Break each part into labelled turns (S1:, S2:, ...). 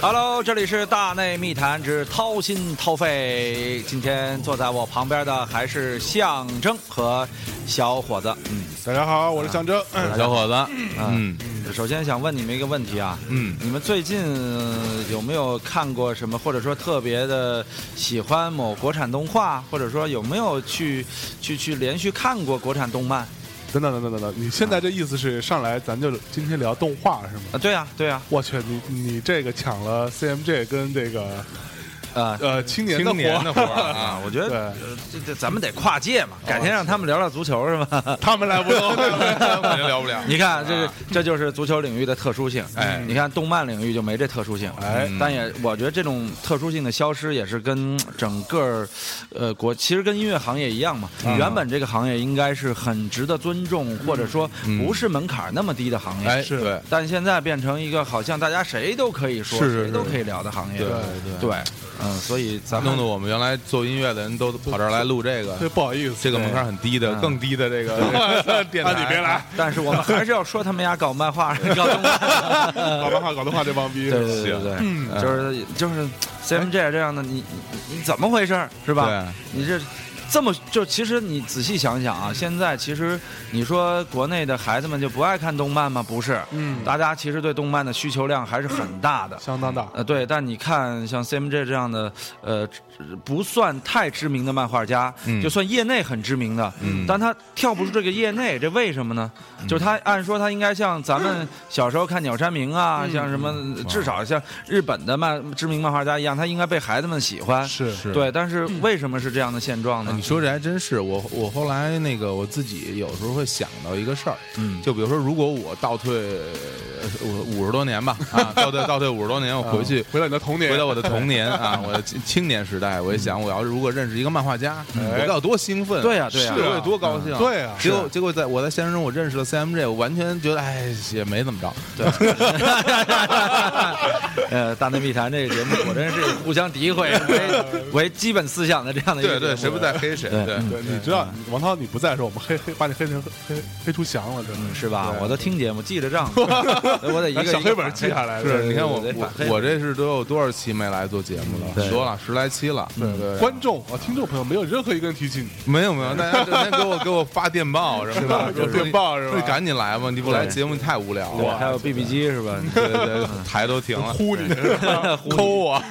S1: Hello，这里是大内密谈之掏心掏肺。今天坐在我旁边的还是象征和小伙子。嗯，啊
S2: 大家好，我是象征。
S3: 小伙子，嗯
S1: 首先想问你们一个问题啊，
S3: 嗯，
S1: 你们最近呃有没有看过什么，或者说特别的喜欢某国产动画，或者说有没有去去去连续看过国产动漫？
S2: 等等等等等等，你现在这意思是上来咱就今天聊动画是吗？
S1: 啊，对呀、啊，对呀、
S2: 我去，你你这个抢了 CMJ 跟这个
S1: 啊，呃，
S2: 呃青年的
S3: 青年的活
S2: 活
S3: 儿啊，
S1: 我觉得
S2: 对
S1: 呃这这咱们得跨界嘛，改天让他们聊聊足球是吧？
S2: 他们来不 动。
S3: 肯定聊不了。
S1: 你看，这是
S3: 啊
S1: 这就是足球领域的特殊性。
S3: 哎
S1: 你看动漫领域就没这特殊性。嗯
S2: 哎
S1: 但也我觉得这种特殊性的消失也是跟整个儿，呃，国其实跟音乐行业一样嘛。原本这个行业应该是很值得尊重，或者说不是门槛儿那么低的行业。
S3: 哎，
S2: 是
S3: 对，
S1: 但现在变成一个好像大家谁都可以说，
S2: 是是
S1: 谁都可以聊的行业。
S3: 对
S1: 对嗯，所以咱们
S3: 弄得我们原来做音乐的人都跑这儿来录这
S2: 对，
S3: 个，
S2: 不好意思，
S3: 这个门槛很低的，
S1: 嗯
S3: 更低的这个 电 台。
S2: 啊，你别来，
S1: 但是我们还是要说他们家搞漫画、搞动漫。
S2: 搞动画，搞动画这帮逼。
S1: 对对对对，
S2: 嗯
S1: 就是就是 CMJ 这样的，你你你怎么回事儿是吧？你这这么就其实你仔细想想啊，现在其实你说国内的孩子们就不爱看动漫吗？不是，
S2: 嗯
S1: 大家其实对动漫的需求量还是很大的。
S2: 相当大。
S1: 呃，对，但你看像 CMJ 这样的，呃，不算太知名的漫画家，
S3: 嗯
S1: 就算业内很知名的，
S3: 嗯
S1: 但他跳不出这个业内，这为什么呢？就是他按说他应该像咱们小时候看鸟山明啊，
S3: 嗯
S1: 像什么，至少像日本的漫知名漫画家一样，他应该被孩子们喜欢。
S2: 是是，
S1: 对，但是为什么是这样的现状呢？
S3: 啊你说这还真是我，我后来那个我自己有时候会想到一个事儿，
S1: 嗯
S3: 就比如说，如果我倒退呃五五十多年吧，啊，倒退倒退五十多年，我回去
S2: 回到你的童年，
S3: 回到我的童年啊，我的青青年时代，我一想，我要是如果认识一个漫画家，我该有多兴奋！
S1: 对呀对呀
S3: 是
S2: 是啊
S3: 有多高兴！
S2: 对啊
S3: 结果结果在我在现实中，我认识了 CMJ，我完全觉得哎也没怎么着。
S1: 呃，大内密谈这个节目果真是互相诋毁为为基本思想的这样的一个
S3: 对对，
S1: 节
S3: 谁
S1: 目
S3: 不在黑谁？
S1: 对
S3: 对，嗯
S2: 对，你知道王涛你不在的时候，我们黑黑把你黑成黑黑出翔了，真的
S1: 是吧？我都听节目，记着 账，我得一个
S2: 小
S1: 一
S2: 黑
S1: 个
S2: 本
S1: 反
S2: 记下来
S1: 对
S3: 是
S2: 的。
S3: 你看我
S1: 对对
S3: 我
S1: 反黑
S3: 我这是都有多少期没来做节目
S1: 对
S3: 了？多了十来期了。对对，
S2: 观众啊，听众朋友，没有任何一个人提起你，
S3: 没有没有，大家大家给我给我发电报是吧？
S2: 有电报是吧
S3: 你赶紧来吧，你不来
S1: 对
S3: 节目你太无聊
S1: 对，还
S3: 了。
S1: 有 BB 机是吧？
S3: 对对对，台都停了，
S2: 呼你是吧？
S1: 呼你
S3: 抠我。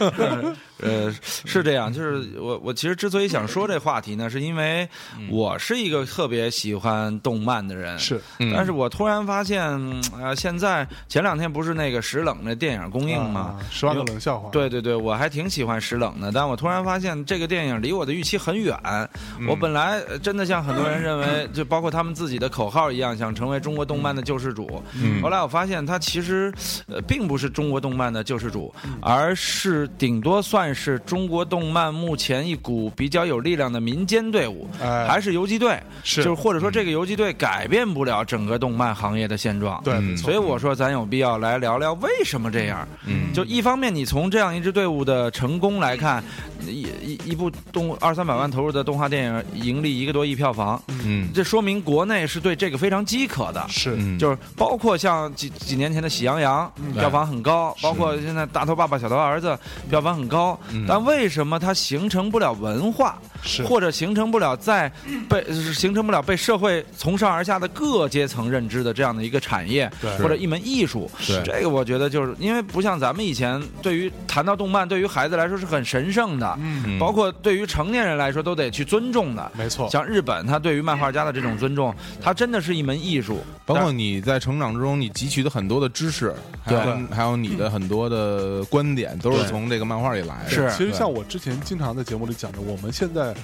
S1: 呃，是这样，就是我我其实之所以想说这话题呢，是因为我是一个特别喜欢动漫的人，
S2: 嗯是，
S3: 嗯
S1: 但是我突然发现，嗯呃，现在前两天不是那个石冷那电影公映吗
S2: 啊？十万个冷笑话。
S1: 对对对，我还挺喜欢石冷的，但我突然发现这个电影离我的预期很远。
S2: 嗯
S1: 我本来呃真的像很多人认为，就包括他们自己的口号一样，想成为中国动漫的救世主。
S2: 嗯
S1: 后来我发现，他其实呃并不是中国动漫的救世主，
S2: 嗯
S1: 而是顶多算是中国动漫目前一股比较有力量的民间队伍，
S2: 哎
S1: 还是游击队。
S2: 是
S1: 就是或者说这个游击队改变不了整个动漫行业的现状。
S2: 对，
S3: 嗯
S2: 没错
S1: 所以我说，咱有必要来聊聊为什么这样。
S3: 嗯
S1: 就一方面，你从这样一支队伍的成功来看，一一一部动二三百万投入的动画电影盈利一个多亿票房，
S3: 嗯
S1: 这说明国内是对这个非常饥渴的。
S2: 是
S3: 嗯，
S1: 就是包括像几几年前的《喜羊羊》，票房很高，包括现在《大头爸爸小头儿子》票房很高，但为什么它形成不了文化，
S2: 是
S1: 或者形成不了在被呃形成不了被社会从上而下的各阶层认知的这样的一个产业
S2: 对，
S1: 或者一门艺术？
S3: 是
S1: 这个，我觉得就是因为不像咱们以前对于谈到动漫，对于孩子来说是很神圣的，
S2: 嗯
S1: 包括对于成年人来说都得去尊重的。
S2: 没错，
S1: 像日本，他对于漫画家的这种尊重，它真的是一门艺术。
S3: 包括你在成长之中，你汲取的很多的知识，还有还有你的很多的观点，都是
S1: 对
S3: 从这个漫画里来的。
S1: 是
S2: 其实
S3: 对
S2: 像我之前经常在节目里讲的，我们现在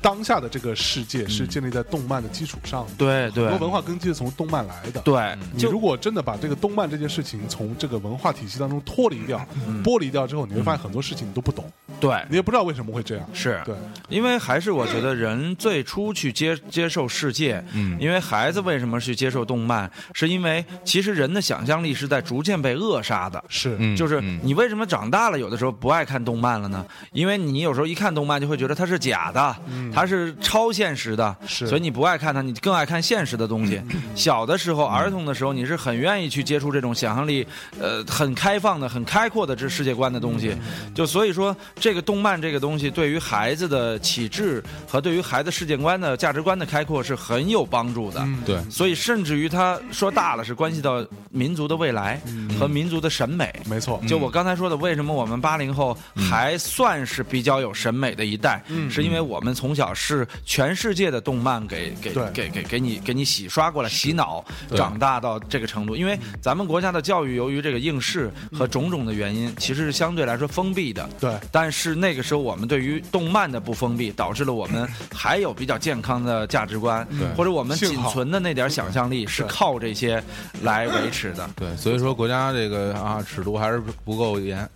S2: 当下的这个世界是建立在动漫的基础上的，
S1: 对嗯对
S2: 很多文化根基是从动漫来的。，
S1: 对，
S2: 嗯你
S1: 就
S2: 如果真的把这个动漫
S1: 嗯
S2: 这件事情从这个文化体系当中脱离掉、剥离掉之后，你会发现很多事情你都不懂。
S1: 对，
S2: 你也不知道为什么会这样。
S1: 嗯是
S2: 对，
S1: 因为还是我觉得人最初去接接受世界，
S3: 嗯
S1: 因为孩子为什么去接受动漫，是因为其实人的想象力是在逐渐被扼杀的。
S2: 是，
S3: 嗯
S1: 就是
S3: 嗯
S1: 你为什么长大了，有的时候不爱看动漫了呢？因为你有时候一看动漫就会觉得它是假的，
S3: 嗯
S1: 它是超现实的，
S2: 嗯是
S1: 所以你不爱看它，你更爱看现实的东 西。小的时候，
S3: 嗯
S1: 儿童的时候，你是很愿意去接触这种想象力，呃，很开放的、很开阔的这世界观的东西。
S2: 嗯
S1: 就所以说，这个动漫这个东西对于孩子的启智和对于孩子世界观的价值观的开阔是很有帮助的。
S2: 嗯，
S3: 对，
S1: 所以，甚至于他说大了，是关系到民族的未来和民族的审美。
S2: 没错，
S1: 就我刚才说的，为什么我们八零后
S2: 嗯
S1: 还算是比较有审美的一代，是因为我们从小是全世界的动漫给给
S2: 对
S1: 给给给你给你洗刷过来、洗脑，长大到这个程度。因为咱们国家的教育由于这个应试
S2: 嗯
S1: 和种种的原因，其实是相对来说封闭的。
S2: 对，
S1: 但是那个时候，我们对于动漫的不封闭，导致了我们还有比较健康的价值观，或者我们
S2: 幸
S1: 仅
S2: 好
S1: 存的那点想象力是
S2: 对
S1: 靠这些来维持的。
S3: 对，所以说国家这个啊尺度还是不够严。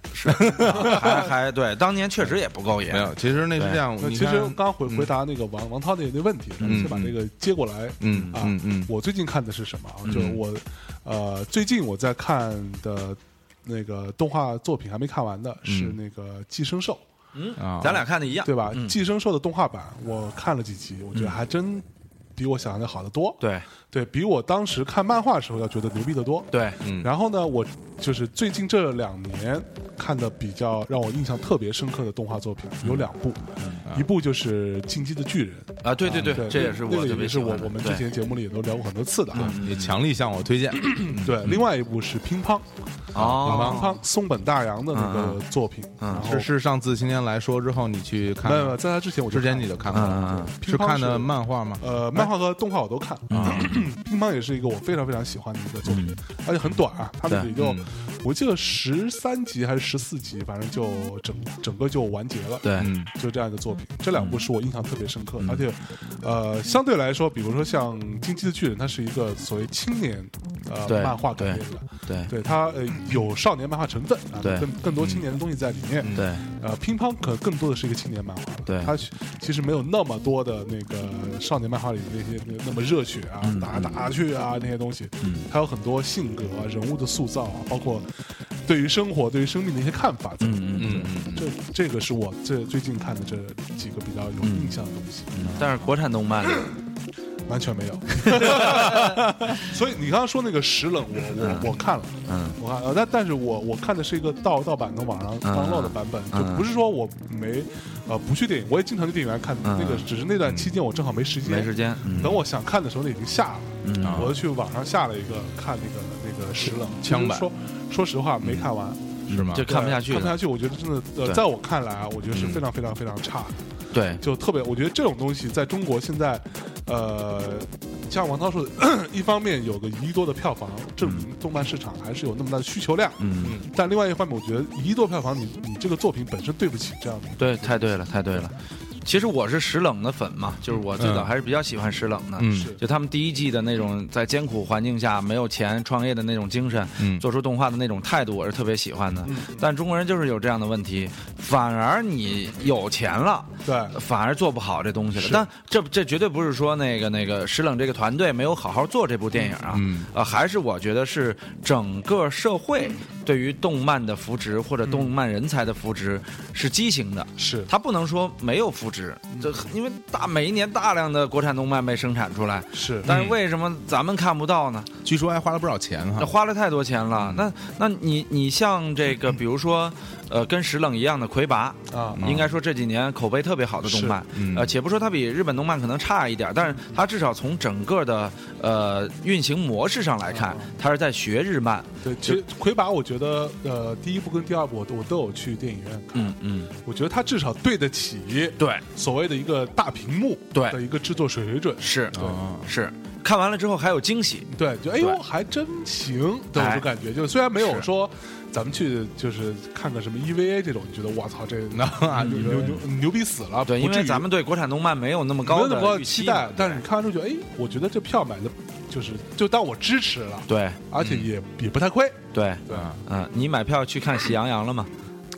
S1: 还还对，当年确实也不够
S3: 没
S1: 严。
S3: 有，其实那是这样，
S2: 那
S3: 你
S2: 其实
S3: 看
S2: 刚回
S3: 嗯
S2: 回答那个王王涛那那问题，咱们
S3: 嗯
S2: 先把这个接过来。
S3: 嗯
S2: 啊
S3: 嗯嗯，
S2: 我最近看的是什么啊？
S1: 嗯
S2: 就是我，呃，最近我在看的那个动画作品还没看完的是
S3: 嗯
S2: 那个《寄生兽
S1: 嗯，
S3: 啊，
S1: 咱俩看的一》，样，
S2: 对吧？
S1: 嗯
S2: 寄生兽》的动画版我看了几集，我觉得还真比我想象的好得多，
S1: 对
S2: 对比我当时看漫画的时候要觉得牛逼得多。
S1: 对，
S3: 嗯
S2: 然后呢，我就是最近这两年看的比较让我印象特别深刻的动画作品
S1: 嗯
S2: 有两部，一部就是《进击的巨人》，
S1: 啊，对对对，这也是
S2: 那
S1: 我
S2: 个
S1: 特
S2: 也
S1: 别
S2: 是
S1: 喜
S2: 我
S1: 欢的
S2: 我们之前节目里也都聊过很多次的啊。
S3: 也嗯强力向我推荐，
S2: 对，另外一部是乒乓，
S1: 对
S2: 乒
S1: 嗯哦，
S2: 乓松本大洋的那个作品，
S1: 嗯
S2: 然后
S3: 是是上次今天来说之后你去看
S2: 没
S3: 的，
S2: 有没有，在他之前我就
S3: 之前
S2: 看
S3: 你就看过了，
S1: 嗯嗯
S2: 乒
S3: 是
S2: 乓
S3: 看的漫画吗？
S2: 呃漫画和动画我都看，
S1: 嗯
S2: 乒乓也是一个我非常非常喜欢的一个作品，而且很短啊，它那个也就
S3: 嗯
S2: 我记得十三集还是十四集，反正就整整个就完结了。
S1: 对，嗯
S3: 嗯，
S2: 就这样一个作品，这两部是我印象特别深刻，而且，呃，相对来说，比如说像《进击的巨人》，它是一个所谓青年呃
S1: 对
S2: 漫画改编的，
S1: 对
S2: 对它呃有少年漫画成分啊，
S1: 对嗯
S2: 更更多青年的东西在里面。
S1: 对
S2: 呃，乒乓可能更多的是一个青年漫画了，
S1: 对
S2: 它其其实没有那么多的那个少年漫画里那些那那么热血啊，
S1: 嗯
S2: 打来打去啊那些东西，它有很多性格啊、人物的塑造啊，包括对于生活、对于生命的一些看法在里面。
S1: 嗯嗯。
S3: 嗯嗯
S2: 这这个是我这最近看的这几个比较有
S1: 嗯
S2: 印象的东西，
S1: 但是国产动漫，
S2: 完全没有。 所以你刚刚说那个石冷，我我我看了，
S1: 嗯，
S2: 我看了，呃但但是我我看的是一个盗盗版的网上
S1: 嗯
S2: download 的版本，就
S1: 嗯
S2: 不是说我没呃不去电影，我也经常去电影院看，
S1: 嗯
S2: 那个只是那段期间我正好没时间，
S1: 没时间，嗯
S2: 等我想看的时候，那已经下了，
S1: 嗯
S3: 啊
S2: 我就去网上下了一个看那个那个石冷
S3: 枪版
S2: 其实说说实话没看完，
S3: 嗯是吗？
S1: 就嗯看不下去
S2: 看不
S1: 了，
S2: 下去。我觉得真的，呃，
S1: 对
S2: 在我看来啊，我觉得是
S3: 嗯
S2: 非常非常非常差的。
S1: 嗯对
S2: 就特别，我觉得这种东西在中国现在，呃，像王涛说的， 一方面有个一亿多的票房，证明动漫市场还是有那么大的需求量。
S1: 嗯，
S2: 但另外一方面，我觉得一亿多票房，你你这个作品本身对不起这样的。
S1: 对，太对了，太对了。其实我是石冷的粉嘛，就是我最早
S3: 嗯
S1: 还是比较喜欢石冷的，
S3: 嗯
S2: 是
S1: 就他们第一季的那种在艰苦环境下没有钱创业的那种精神，
S3: 嗯
S1: 做出动画的那种态度，我是特别喜欢的。
S2: 嗯
S1: 但中国人就是有这样的问题，反而你有钱了，
S2: 对，
S1: 反而做不好这东西了
S2: 是。
S1: 但这这绝对不是说那个那个石冷这个团队没有好好做这部电影啊，
S3: 嗯
S1: 呃，还是我觉得是整个社会对于动漫的扶植或者动漫人才的扶植是畸形的。
S2: 是
S1: 它不能说没有扶植，这因为大每一年大量的国产动漫被生产出来，
S2: 是，
S1: 但是为什么咱们看不到呢？
S3: 据说还花了不少钱
S2: 啊
S1: 那
S3: 哈。
S1: 花了太多钱了。
S2: 嗯
S1: 那那你你像这个，比如说，呃，跟石冷一样的魁拔，
S2: 啊，
S1: 应该说这几年口碑特别好的动漫
S3: 是嗯，
S1: 呃，且不说它比日本动漫可能差一点，但是它至少从整个的呃运行模式上来
S2: 哦
S1: 看，它是在学日漫。
S2: 对，其实魁拔，我觉得，呃，第一部跟第二部我都我都有去电影院看，
S1: 嗯嗯，
S2: 我觉得它至少对得起
S1: 对，
S2: 所谓的一个大屏幕
S1: 对
S2: 的一个制作水准。
S1: 是
S2: 对
S3: 啊，
S1: 是，看完了之后还有惊喜。
S2: 对，就哎
S1: 嗯对
S2: 呦，还真行，对，我
S1: 哎
S2: 就感觉，就虽然没有
S1: 是
S2: 说咱们去就是看个什么 EVA 这种，你觉得我操，这那
S1: 嗯
S2: 牛
S1: E
S2: 牛牛牛逼死了，
S1: 对，
S2: 啊不
S1: 因为
S2: 至于
S1: 咱们对国产动漫没有那么
S2: 没
S1: 高
S2: 有那么高
S1: 的
S2: 的
S1: 预
S2: 期
S1: 期
S2: 待
S1: 嘛，
S2: 但是你看完之后觉得，哎，我觉得这票买的就是就当我支持了，
S1: 对
S2: 而且也也不太亏，
S1: 对，
S2: 对，啊
S1: 嗯，你买票去看《喜羊羊》了吗？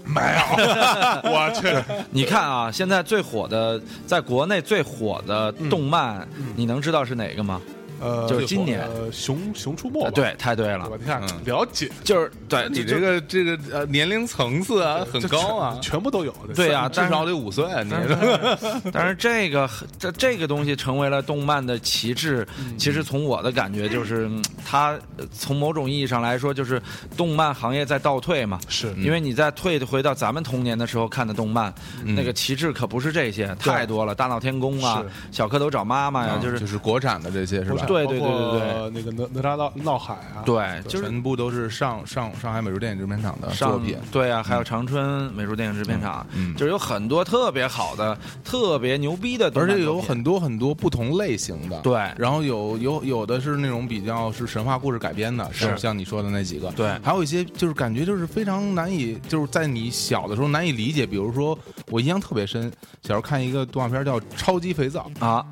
S2: 没 有，我去，
S1: 你看啊，现在最火的，在国内最火的动漫，你能知道是哪个吗？
S2: 呃，
S1: 就是今年
S2: 呃熊熊出没
S1: 呃
S2: 吧，
S1: 对，太对了
S2: 对吧，？你看
S3: 嗯
S2: 了解
S1: 就是 对，就
S3: 你这个这个呃年龄层次啊很
S2: 这
S3: 高啊
S2: 全，全部都有，
S1: 对啊呀
S2: 三
S3: 至少得五岁啊，你
S1: 但是， 但是这个这这个东西成为了动漫的旗帜。其实从我的感觉就是，嗯它呃从某种意义上来说，就是动漫行业在倒退嘛。
S2: 是
S1: 因为你再退回到咱们童年的时候看的动漫，那个旗帜可不是这些，太多了，《大闹天宫》啊，《小蝌蚪找妈妈》呀，
S3: 哎啊就
S1: 就是是
S3: 就是国产的这些是吧？
S1: 对对对对对
S2: 对，那个哪哪吒闹闹海啊，
S1: 对，就是
S3: 全部都是上上上海美术电影制片厂的作
S1: 上
S3: 品。嗯
S1: 对啊，还有长春美术电影制片厂，
S3: 嗯嗯
S1: 就是有很多特别好的、特别牛逼的动
S3: 而
S1: 漫作
S3: 且
S1: 品，
S3: 有很多很多不同类型的，
S1: 对
S3: 然后有有有的是那种比较是神话故事改编的，
S1: 是
S3: 像像你说的那几个，
S1: 对
S3: 还有一些就是感觉就是非常难以，就是在你小的时候难以理解。比如说，我印象特别深，小时候看一个动画片叫《超级肥皂》，
S1: 啊。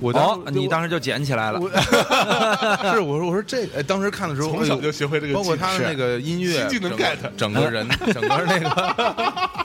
S3: 我当
S1: 哦
S3: 时、，
S1: 你当时就捡起来了。
S3: 是我说我说这、哎当时看的时候，
S2: 从小就学会这个技能，
S3: 包括他的那个音乐，
S2: 新技能
S3: 整个
S2: get
S3: 整 个人，整个那个，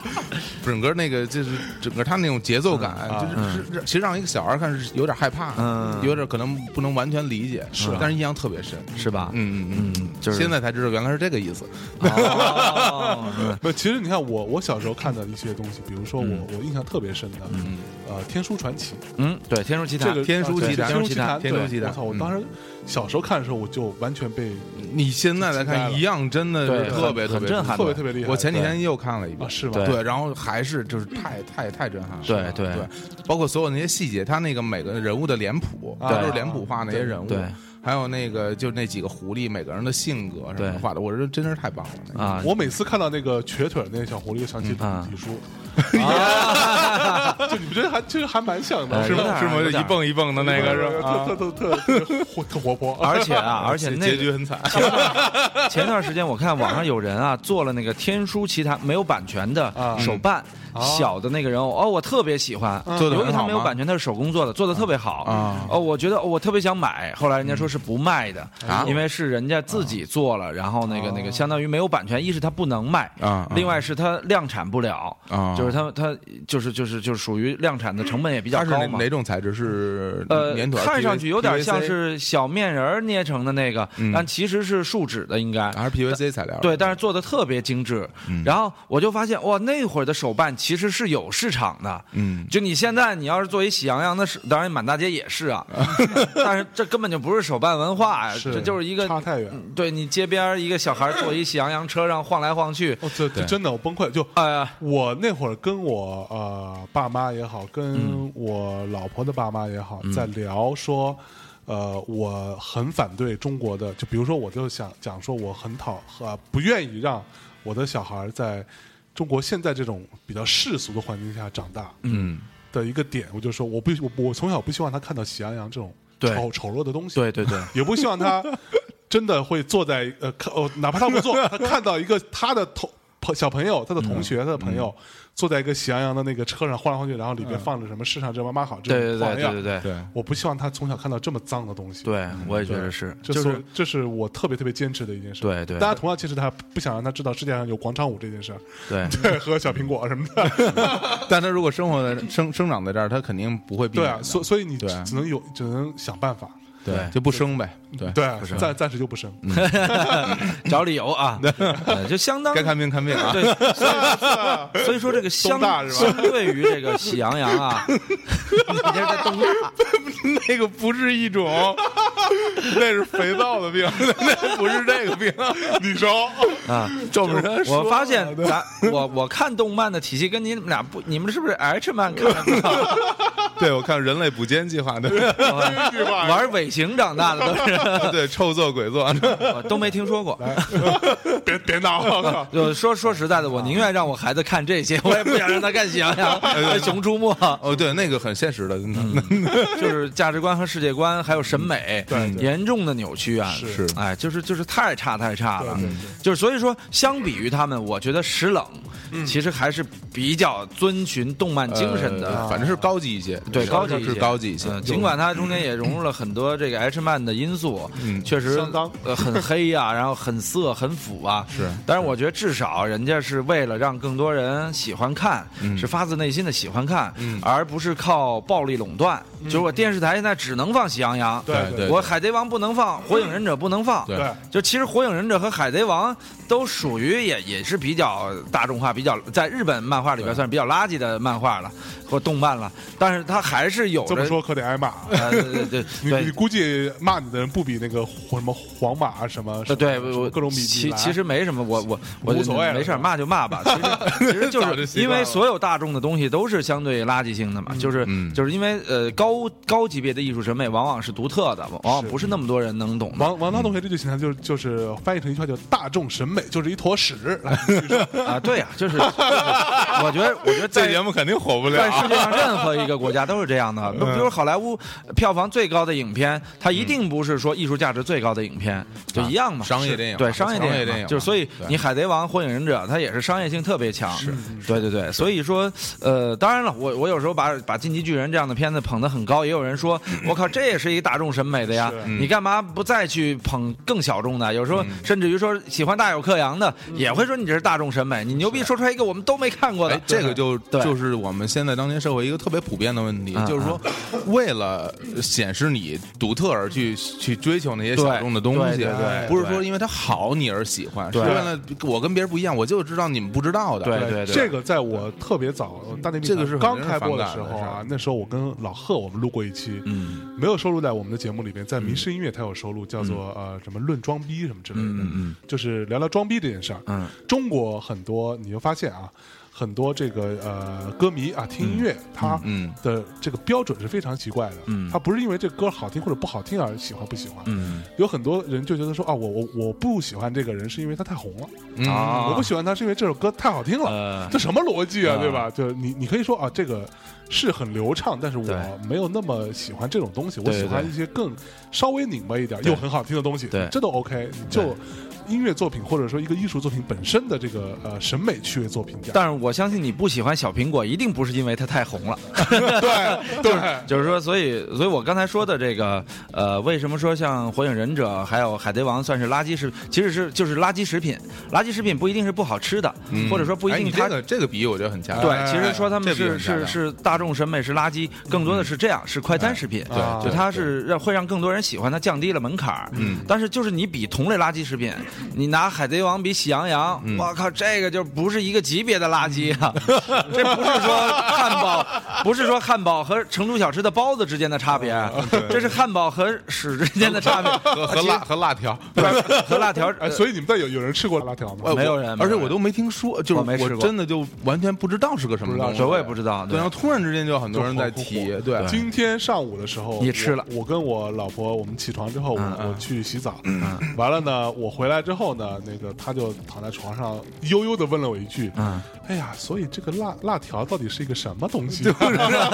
S3: 整个那个就是整个他那种节奏
S2: 嗯
S3: 感，
S2: 啊
S3: 就是是是其实让一个小孩看是有点害怕，
S1: 嗯
S3: 有点可能不能完全理解，是但是印象特别深，
S1: 是吧？
S3: 嗯嗯嗯，
S1: 就是
S3: 现在才知道原来是这个意思，
S1: 哦 嗯
S2: 不，其实你看我我小时候看的一些东西，比如说我、
S1: 嗯
S2: 我印象特别深的，
S3: 嗯
S2: 呃，《天书传奇》
S1: 嗯，对，天书奇
S2: 这
S1: 谭
S2: 个
S3: 天书奇谭
S2: 啊对天
S1: 天书奇谭
S2: 对
S3: 天书奇谭
S2: 我操！我
S3: 嗯
S2: 当时小时候看的时候，我就完全被
S3: 你现在来
S2: 期待
S3: 看
S2: 了
S3: 一样真的
S1: 对
S3: 是特别
S1: 很
S3: 特别
S1: 很震撼哦
S2: 特别特别厉害。
S3: 我前几天又看了一遍
S2: 啊，是吗？
S1: 对
S3: 对，然后还是就是太太太震撼了，
S1: 对
S3: 是吧
S1: 对
S3: 对，包括所有那些细节，他那个每个人物的脸谱，
S2: 对
S3: 他都是脸谱化那些人物，
S1: 啊对
S3: 还有那个就那几个狐狸每个人的性格什么
S1: 对
S3: 的画的，我觉得真是太棒了那个
S1: 啊，
S2: 我每次看到那个瘸腿儿那个小狐狸，就想起
S1: 嗯啊
S2: 李叔，
S1: 啊
S2: 就你不觉得还其实还蛮像
S1: 哎
S2: 的，是
S1: 有点
S2: 吗？
S1: 儿有点儿
S3: 一蹦的
S2: 那特特特特特活特活泼，
S1: 而且 啊，而且那
S3: 结局
S1: 个
S3: 很惨，
S1: 前段时间我看网上有人啊做了那个《天书奇谭》没有版权的
S2: 啊
S1: 手办，小的那个人偶哦，我特别喜欢，
S3: 做得
S1: 由于
S3: 很
S1: 它
S3: 好
S1: 没有
S3: 吗
S1: 版权，它是手工做的，做的特别好
S3: 啊
S1: 哦，我觉得哦我特别想买，后来人家说是不卖的
S3: 啊，
S1: 因为是人家自己做了，然后那个那个相当于没有版权，一是它不能卖
S3: 啊啊
S1: 另外是它量产不了
S3: 啊
S1: 就是它它就是就是就是属于量产的成本也比较
S3: 它是
S1: 高
S3: 哪啊
S1: 嘛。
S3: 哪种材质？是
S1: 呃
S3: 粘土，还是
S1: 看上去有点
S3: PVC
S1: 像是小面人儿捏成的那个，
S3: 嗯
S1: 但其实是树脂的，应该。
S3: 还是 PVC 材料？
S1: 对，但是做的特别精致。然后我就发现，哇，那会儿的手办其实是有市场的。
S3: 嗯
S1: 就你现在，你要是做一喜羊羊的手，当然满大街也是啊，但是这根本就不是手办文化呀、啊
S2: 是
S1: 这就是一个
S2: 差太远
S1: 嗯对你街边儿一个小孩坐一喜羊羊车上晃来晃去，
S2: 哦，这这真的我崩溃，就
S1: 呃，
S2: 我那会儿跟我呃爸妈也好，跟我老婆的爸妈也好，在聊说，呃，我很反对中国的，就比如说，我就想讲说，我很讨呃不愿意让我的小孩在中国现在这种比较世俗的环境下长大
S3: 嗯，
S2: 的一个点，我就说我不我我从小不希望他看到喜羊羊这种
S1: 对
S2: 丑丑陋的东西，
S1: 对对对，
S2: 也不希望他真的会坐在呃看哦，哪怕他不坐，他看到一个他的同朋小朋友、他的同
S1: 嗯
S2: 学、他的朋友坐在一个喜羊羊的那个车上晃来晃去，然后里边放着什么“世上只有妈妈好”
S1: 嗯
S2: 这
S1: 对对
S2: 种
S1: 对
S2: 花样。
S1: 对对对，
S3: 对，
S2: 我不希望他从小看到这么脏的东西。，
S1: 对我也觉得是，
S2: 这
S1: 就是
S2: 是这是我特别特别坚持的一件事。
S1: 对对
S2: 大家同样坚持他不想让他知道世界上有广场舞这件事儿，
S1: 对。
S2: 对，和小苹果什么的。
S3: 但他如果生活在生生长在这儿，他肯定不会避
S2: 对
S3: 免
S2: 啊，
S3: 的
S2: 所所以你只
S3: 对啊
S2: 只能有只能想办法。
S3: 对就不生呗，
S1: 哎
S3: 对
S2: 对，啊，暂
S1: 嗯
S2: 暂时就不生。
S1: 找理由啊，呃就相当
S3: 该看病看病啊，
S1: 对，所以所以说这个相
S2: 东大是吧
S1: 相对于这个喜羊羊啊，你这是在东大，
S3: 那个不是一 种，那是肥皂的病， 那不是 这个病。你说
S1: 啊，
S3: 赵本山
S1: 我发现咱我我看动漫的体系跟你们俩不，你们是不是 H 漫看的不好？
S3: 对我看《人类补监计 划》的，
S1: 玩尾行长大的都 是，
S3: 对臭作鬼作，
S1: 我都没听说过。
S2: 别别闹，我靠！
S1: 就说说实在的，我宁愿让我孩子看这些，我也不想让他看喜羊 羊、看熊出没，
S3: 哦，对，那个很现实的，真的。
S1: 嗯就是价值观和世界观还有审美
S2: 对对
S1: 严重的扭曲啊！
S2: 是
S1: 哎，就是就是太差太差了
S2: 对对对。
S1: 就是所以说，相比于他们，我觉得石冷
S2: 嗯
S1: 其实还是比较遵循动漫精神的。啊
S3: 呃反正是高级一些，
S1: 对，
S3: 稍
S1: 高
S3: 微
S1: 级一些，
S3: 是高级一些
S1: 嗯。尽管它中间也融入了很多这个 H man 的因素，
S3: 嗯
S1: 确实
S2: 相当
S1: 呃很黑呀、然后很色、很腐啊。
S3: 是
S1: 但是我觉得至少人家是为了让更多人喜欢看，
S3: 嗯
S1: 是发自内心的喜欢看，
S3: 嗯
S1: 而不是靠暴力垄断。就是我电视台现在只能放《喜羊羊》
S2: 对
S3: 对对
S1: 我海贼王不能放，火影忍者不能放。
S3: 对
S2: 对，
S1: 就其实《火影忍者》和《海贼王》都属于也也是比较大众化、比较在日本漫画里边
S3: 对
S1: 算是比较垃圾的漫画了或动漫了，但是它还是有着
S2: 这么说可得 挨骂。啊
S1: 呃对 对对
S2: 你你
S1: 对
S2: 估计骂你的人不比那个什么黄马啊什么
S1: 呃对，我
S2: 各种米
S1: 其
S2: 米兰
S1: 其实没什么，我我我
S2: 啊无所谓了
S1: 没事儿骂就骂吧。其实 其实就
S3: 早就习
S1: 是因
S3: 惯
S1: 为
S3: 了
S1: 所有大众的东西都是相对垃圾性的嘛，就是
S3: 嗯
S1: 就是因为呃高高级别的艺术审美往往是独特的，往往
S2: 是
S1: 不是那么多人能懂的。
S2: 王王涛同学这句形象就是就是翻译成一句话，叫大众审美就是一坨屎。来，
S1: 啊， 对呀、就是， 就是我觉得，我觉得
S3: 这
S1: 在
S3: 节目肯定火不了
S1: 在世界上任何一个国家都是这 样的。
S3: 嗯
S1: 比如好莱坞票房最高的影片，它一定不是说艺术价值最高的影片，就一样嘛。
S3: 嗯啊商业电影
S1: 对
S3: 嘛
S1: 商业
S3: 商业
S1: 嘛
S3: 电影啊
S1: 就
S3: 嘛
S1: 是所以
S3: 对
S1: 你《海贼王》《火影忍者》，它也是商业性特别强。是，对对对。所以说，呃，当然了，我我有时候把把《进击巨人》这样的片子捧得很高，也有人 说，我靠，这也是一大众审美的呀
S2: 是，
S1: 你干嘛不再去捧更小众的？有时候
S3: 嗯
S1: 甚至于说喜欢大有克洋的，也会说你这是大众审美，你牛逼说出来一个我们都没看过的
S3: 哎，，这个就
S1: 对
S3: 就是我们现在当今社会一个特别普遍的问题
S1: 嗯，
S3: 就是说，为了显示你独特而去去追求那些小众的东西，啊
S1: 对对
S2: 对
S3: 不是说因为它好你而喜欢，是
S1: 对
S3: 为了我跟别人不一样，我就知道你们不知道的。
S1: 对对对
S2: 这个在我特别早大内密
S3: 这个是
S2: 谈刚
S3: 很
S2: 开播的时
S3: 反感的
S2: 候啊
S3: 是，
S2: 那时候我跟老贺我们录过一期，
S1: 嗯。
S2: 没有收录在我们的节目里边，在迷失音乐它有收录，叫做呃什么论装逼什么之类
S1: 嗯嗯
S2: 的，就是聊聊装逼这件事儿。
S1: 嗯，
S2: 中国很多你会发现啊，很多这个呃歌迷啊听音乐，他
S3: 嗯
S2: 的这个标准是非常奇怪的，
S1: 嗯
S2: 他不是因为这歌好听或者不好听而喜欢不喜欢，
S1: 嗯
S2: 有很多人就觉得说啊，我我我不喜欢这个人是因为他太红了，
S3: 嗯
S1: 啊
S2: 我不喜欢他是因为这首歌太好听了，
S1: 呃，
S2: 这什么逻辑
S1: 啊
S2: 啊，对吧？就你你可以说啊，这个是很流畅，但是我
S1: 对
S2: 没有那么喜欢这种东西，我
S1: 对
S2: 喜欢
S1: 对
S2: 一些更稍微拧巴一点
S1: 对
S2: 又很好听的东西，
S1: 对
S2: 这都 OK，你就。音乐作品或者说一个艺术作品本身的这个呃审美趣味做评 价，
S1: 但是我相信你不喜欢小苹果，一定不是因为它太红 了。
S2: 对对，
S3: 嗯
S1: 就是说，所以，所以我刚才说的这个，呃，为什么说像《火影忍者》还有《海贼王》算是垃圾食，其实是就是垃圾食品。垃圾食品不一定是不好吃的，
S3: 嗯
S1: 或者说不一
S3: 哎
S1: 定
S3: 你
S1: 它
S3: 这个这个比喻我觉得很恰当。哎
S1: 对，其实说他们
S3: 这比喻
S1: 是
S3: 很
S1: 是
S3: 恰当
S1: 是大众审美是垃圾，更多的
S3: 嗯
S1: 是这样，是快
S3: 哎
S1: 餐食品。
S2: 对啊
S1: 就它是让会让更多人喜欢，它降低了门槛儿。
S3: 嗯
S1: 但是就是你比同类垃圾食品，你拿海贼王比喜羊羊，
S3: 嗯
S1: 我靠，这个就不是一个级别的垃圾啊！这不是说汉堡，不是说汉堡和成都小吃的包子之间的差别，啊这是汉堡和屎之间的差别，
S3: 和和辣和辣条，
S1: 对和辣条。
S2: 哎，所以你们在有有人吃过辣条吗
S3: 呃？
S1: 没有
S3: 我
S1: 人没
S3: 而且
S1: 有
S3: 我
S1: 人
S3: 都没听说，就是
S1: 我没试过
S3: 真的就完全不知道是个什么
S2: 不知道
S3: 东西，
S1: 我也不知道，
S3: 对，然后突然之间就很多人在提
S2: 就火，
S3: 对，
S2: 今天上午的时候，
S1: 你吃了
S2: 我？我跟我老婆，我们起床之后，我、
S1: 嗯嗯
S2: 我去洗澡，完了呢，我回来之后呢，那个她就躺在床上，悠悠的问了我一句：“
S1: 嗯
S2: 哎呀，所以这个辣辣条到底是一个什么东西？”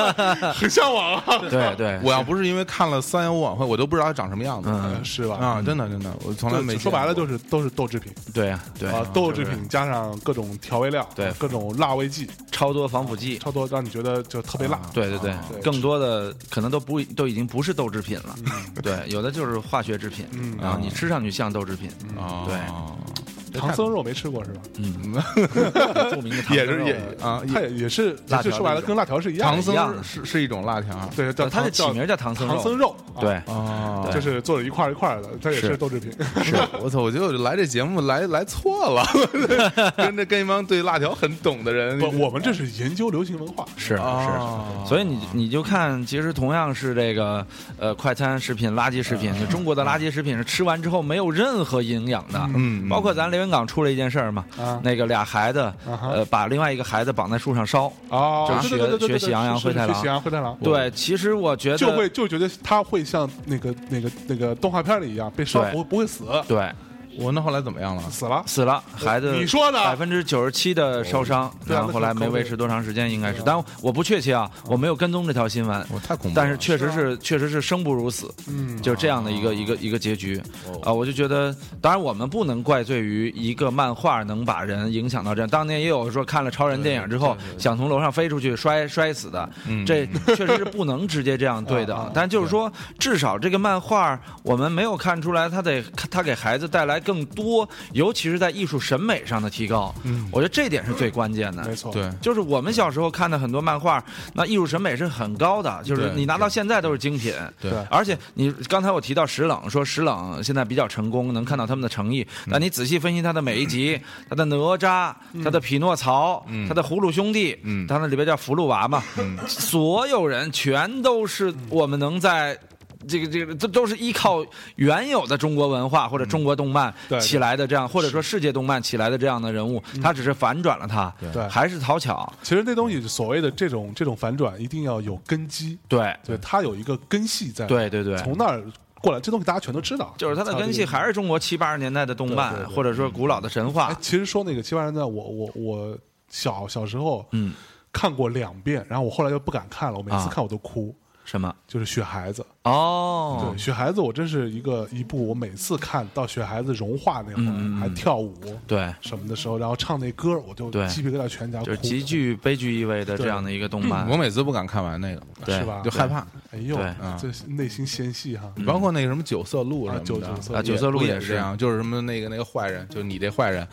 S2: 很向往啊，
S1: 对对，
S3: 我要不是因为看了三幺五晚会，我都不知道它长什么样子。
S1: 嗯
S2: 是吧？
S3: 啊，真的真的，我从来
S2: 就
S3: 没
S2: 说白了
S3: 见过
S2: 就是都是豆制品
S1: 对呀对
S2: 啊，豆制品加上各种调味料，
S1: 对
S2: 各种辣味剂，
S1: 超多防腐剂。
S2: 差不多让你觉得就特别辣。
S1: 对对
S3: 啊
S1: 对，
S2: 对
S1: 更多的可能都不都已经不是豆制品了，对，有的就是化学制品，
S2: 嗯
S1: 然后你吃上去像豆制品，
S3: 啊，
S2: 唐僧嗯肉没吃过是吧？
S1: 嗯，著名的唐
S3: 也
S1: 僧
S3: 是
S1: 肉
S3: 也啊，
S2: 它也也是，
S1: 嗯辣
S2: 就
S1: 条
S2: 说白
S1: 那
S2: 了
S1: 种
S2: 跟辣条是一样的
S3: 唐
S1: 一样
S3: 僧
S1: 的
S3: 是是一种辣条
S2: 对，叫
S1: 对它的起名叫唐僧
S2: 唐僧
S1: 肉，
S2: 肉，啊
S1: 对，
S3: 啊
S1: 对
S2: 就是做的一块儿一块儿的，它也是
S1: 是
S2: 豆制品。
S3: 是我操！我觉得我来这节目来来错了， 跟着跟一帮对辣条很懂的人
S2: 不，我们这是研究流行文化，
S1: 是是。
S3: 啊，
S1: 所以你你就看，其实同样是这个呃快餐食品、垃圾食品，就中国的垃圾食品是吃完之后没有任何营养的，
S3: 嗯嗯
S1: 包括咱连云港出了一件事儿嘛
S2: 啊，
S1: 那个俩孩子
S2: 哈
S1: 呃把另外一个孩子绑在树上烧，
S2: 哦，
S1: 就是
S2: 对对对对对
S1: 学喜羊羊
S2: 是是
S1: 灰太
S2: 是
S1: 狼
S2: 喜羊羊灰太狼，
S1: 对，其实我觉得
S2: 就会就觉得它会像那个那个那个动画片里一样被烧
S1: 对
S2: 不不会死，
S1: 对，
S3: 我那后来怎么样了？
S2: 死了，
S1: 死了，孩子，
S2: 呃你说呢
S1: 百分之九十七的烧伤，
S2: 对啊
S1: 然后后来没维持多长时间，应该是，但我不确切啊，我没有跟踪这条新闻，
S3: 我太恐怖了。
S1: 但是确实
S2: 啊
S1: 是，确实是生不如死，
S2: 嗯，
S1: 就这样的一个一个一个结局啊，我就觉得，当然我们不能怪罪于一个漫画能把人影响到这样，当年也有说看了超人电影之后想从楼上飞出去摔摔死的，
S3: 嗯
S1: 这确实是不能直接这样对的，啊但就是说，至少这个漫画我们没有看出来，它得它给孩子带来更多，尤其是在艺术审美上的提高，我觉得这点是最关键的
S2: 没。错，
S3: 对，
S1: 就是我们小时候看的很多漫画，那艺术审美是很高的，就是
S3: 对
S1: 你拿到现在都是精品。
S3: 对
S1: 而且你刚才我提到石冷，说石冷现在比较成功，能看到他们的诚意。但你仔细分析他的每一集，
S2: 嗯
S1: 他的哪吒，他的匹诺曹，他的葫芦兄弟，
S3: 嗯
S1: 他那里边叫葫芦娃嘛，
S2: 嗯
S1: 所有人全都是我们能在。这个这个，这都是依靠原有的中国文化或者中国动漫
S2: 嗯对对嗯
S1: 起来的这样，或者说世界动漫起来的这样的人物，他只是反转了他，
S2: 对
S1: 还是讨巧，
S2: 其实那东西所谓的这种这种反转，一定要有根基，
S1: 对
S2: 对，它有一个根系在，，
S1: 对对对，
S2: 从那儿过来，这东西大家全都知道，
S1: 就是它的根系还是中国七八十年代的动漫，
S2: 对对对
S1: 或者说古老的神话
S2: 哎，。其实说那个七八人呢，我我我小小时候
S1: 嗯，啊
S2: 看过两遍，然后我后来就不敢看了，我每次看我都哭，
S1: 什么？
S2: 就是雪孩子。
S1: 哦
S2: 对，，雪孩子我真是一个一部，我每次看到雪孩子融化那会儿，
S1: 嗯嗯嗯
S2: 还跳舞
S1: 对，
S2: 什么的时候，然后唱那歌，我就
S1: 对
S2: 鸡皮疙瘩全家哭，
S1: 就是极具悲剧意味的这样的一个动漫
S3: 我。每次不敢看完那个，
S1: 对
S2: 是吧
S3: 就？害怕。
S2: 哎呦
S1: 对，啊
S2: 这内心纤细哈。
S3: 包括那个什么九色鹿什么
S2: 啊
S3: 的，
S2: 九九色鹿
S1: 啊九色鹿
S3: 不
S1: 也
S3: 也
S1: 是
S3: 这样，就是什么那个那个坏人，就是你这 坏人，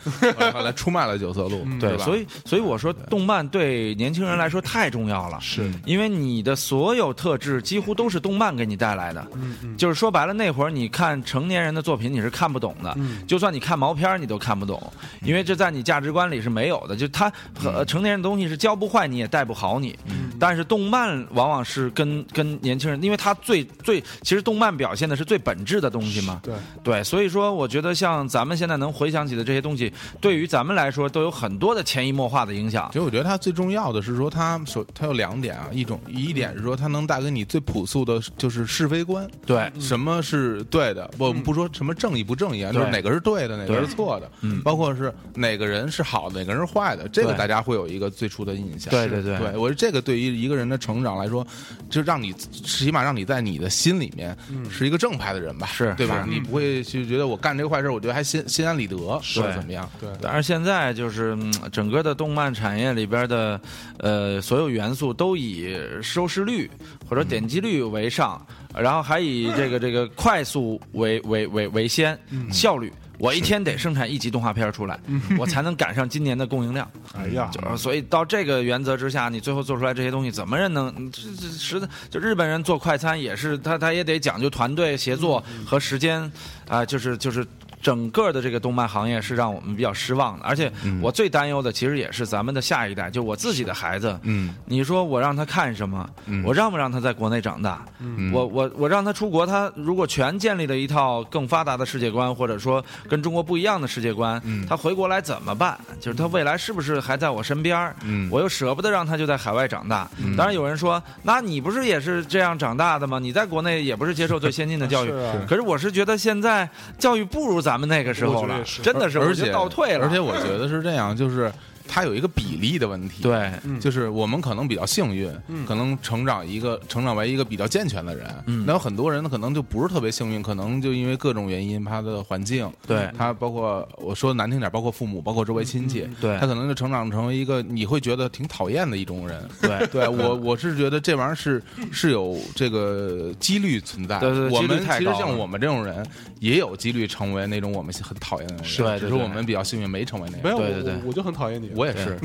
S3: 后来出卖了九色鹿，
S1: 嗯对，
S3: 吧？
S1: 所以所以我说，动漫对年轻人来说太重要了。
S2: 是，
S1: 因为你的所有特质几乎都是动漫给你带来的，
S2: 嗯嗯，
S1: 就是说白了，那会儿你看成年人的作品你是看不懂的，
S2: 嗯
S1: 就算你看毛片儿你都看不懂，因为这在你价值观里是没有的。就它
S2: 嗯
S1: 和成年人的东西是教不坏你也带不好你，但是动漫往往是跟跟年轻人，因为它最最其实动漫表现的是最本质的东西嘛。
S2: 对，
S1: 对，所以说我觉得像咱们现在能回想起的这些东西，对于咱们来说都有很多的潜移默化的影响
S3: 其。实我觉得它最重要的是说，它首它有两点啊，一种一点是说它能带给你最朴素的，就是是非观，
S1: 对，
S3: 什么是对的，我们不说什么正义不正义啊，就是
S1: 嗯对
S3: 哪个是对的，哪个
S1: 对
S3: 是错的
S1: 嗯，
S3: 包括是哪个人是好的，哪个人是坏的，这个
S1: 对
S3: 大家会有一个最初的印象。
S1: 对对
S3: 是
S1: 对
S3: 对，我觉得这个对于一个人的成长来说，就让你起码让你在你的心里面是一个正派的人吧，
S1: 嗯是
S3: 对吧？
S1: 是
S3: 你不会去觉得我干这个坏事，我觉得还心心安理得，或者怎么样？
S2: 对
S1: 但是现在就是嗯整个的动漫产业里边的，呃，所有元素都以收视率或者点击率为上，然后还以这个这个快速为为为为先，效率。我一天得生产一集动画片出来，我才能赶上今年的供应量。
S2: 哎呀，
S1: 就是所以到这个原则之下，你最后做出来这些东西，怎么人能嗯这这实在就日本人做快餐也是他他也得讲究团队协作和时间啊、就是就是。整个的这个动漫行业是让我们比较失望的，而且我最担忧的其实也是咱们的下一代，就我自己的孩子。
S3: 嗯，
S1: 你说我让他看什么？我让不让他在国内长大？
S3: 嗯
S2: 嗯
S1: 我我我让他出国，他如果全建立了一套更发达的世界观，或者说跟中国不一样的世界观，
S2: 嗯
S1: 他回国来怎么办？就是他未来是不是还在我身边儿？
S3: 嗯
S1: 我又舍不得让他就在海外长大。
S2: 嗯
S1: 当然有人说，那你不是也是这样长大的吗？你在国内也不是接受最先进的教育
S2: 是啊是。
S1: 可是我是觉得现在教育不如咱们那个时
S2: 我
S1: 候
S2: 觉得也
S1: 了
S2: 是，
S1: 真的是，
S3: 而
S1: 我
S3: 且
S1: 就倒退了。
S3: 而且我觉得是这样，就是它有一个比例的问题。。
S1: 对，
S3: 就是我们可能比较幸运，
S1: 嗯
S3: 可能成长一个成长为一个比较健全的人。那有很多人呢，可能就不是特别幸运，可能就因为各种原因，他的环境，
S1: 对
S3: 他包括我说难听点，包括父母，包括周围亲戚，
S1: 嗯对
S3: 他可能就成长成为一个你会觉得挺讨厌的一种 人。
S1: 对
S3: 对我我是觉得这玩意儿是是有这个几率存在的。
S1: 对对对
S3: 我
S1: 几
S3: 们
S1: 率太
S3: 其
S1: 高
S3: 实
S1: 了
S3: 像我们这种人，也有几率成为那种我们很讨厌的那
S1: 是
S3: 种人，只
S1: 对
S3: 是
S1: 对对
S3: 我们比较幸运没成为那
S2: 没
S3: 样。
S2: 有
S1: 对对对
S2: 我我就很讨厌你，
S3: 我也是，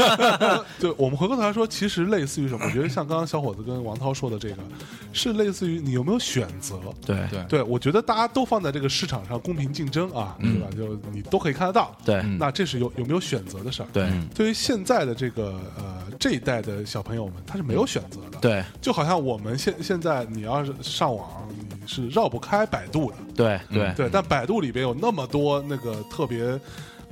S2: 对，我们回过头来说，其实类似于什么？我觉得像刚刚小伙子跟王涛说的这个，是类似于你有没有选择。
S1: 对
S3: 对
S2: 对，我觉得大家都放在这个市场上公平竞争啊，对吧？就你都可以看得到。
S1: 嗯对
S2: 那这是有有没有选择的事儿。
S1: 对
S2: 对于现在的这个呃这一代的小朋友们，他是没有选择的。，
S1: 嗯对
S2: 就好像我们现现在你要是上网，你是绕不开百度的。
S1: 对对
S2: 对，但百度里边有那么多那个特别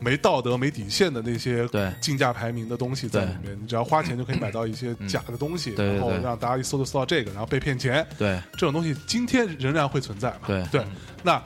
S2: 没道德、没底线的那些
S1: 对
S2: 竞价排名的东西在里面，你只要花钱就可以买到一些假的东西，
S1: 嗯对对
S2: 然后
S1: 对
S2: 让大家一搜就搜到这个，然后被骗钱，
S1: 对
S2: 这种东西今天仍然会存在嘛？
S1: 对
S2: 那。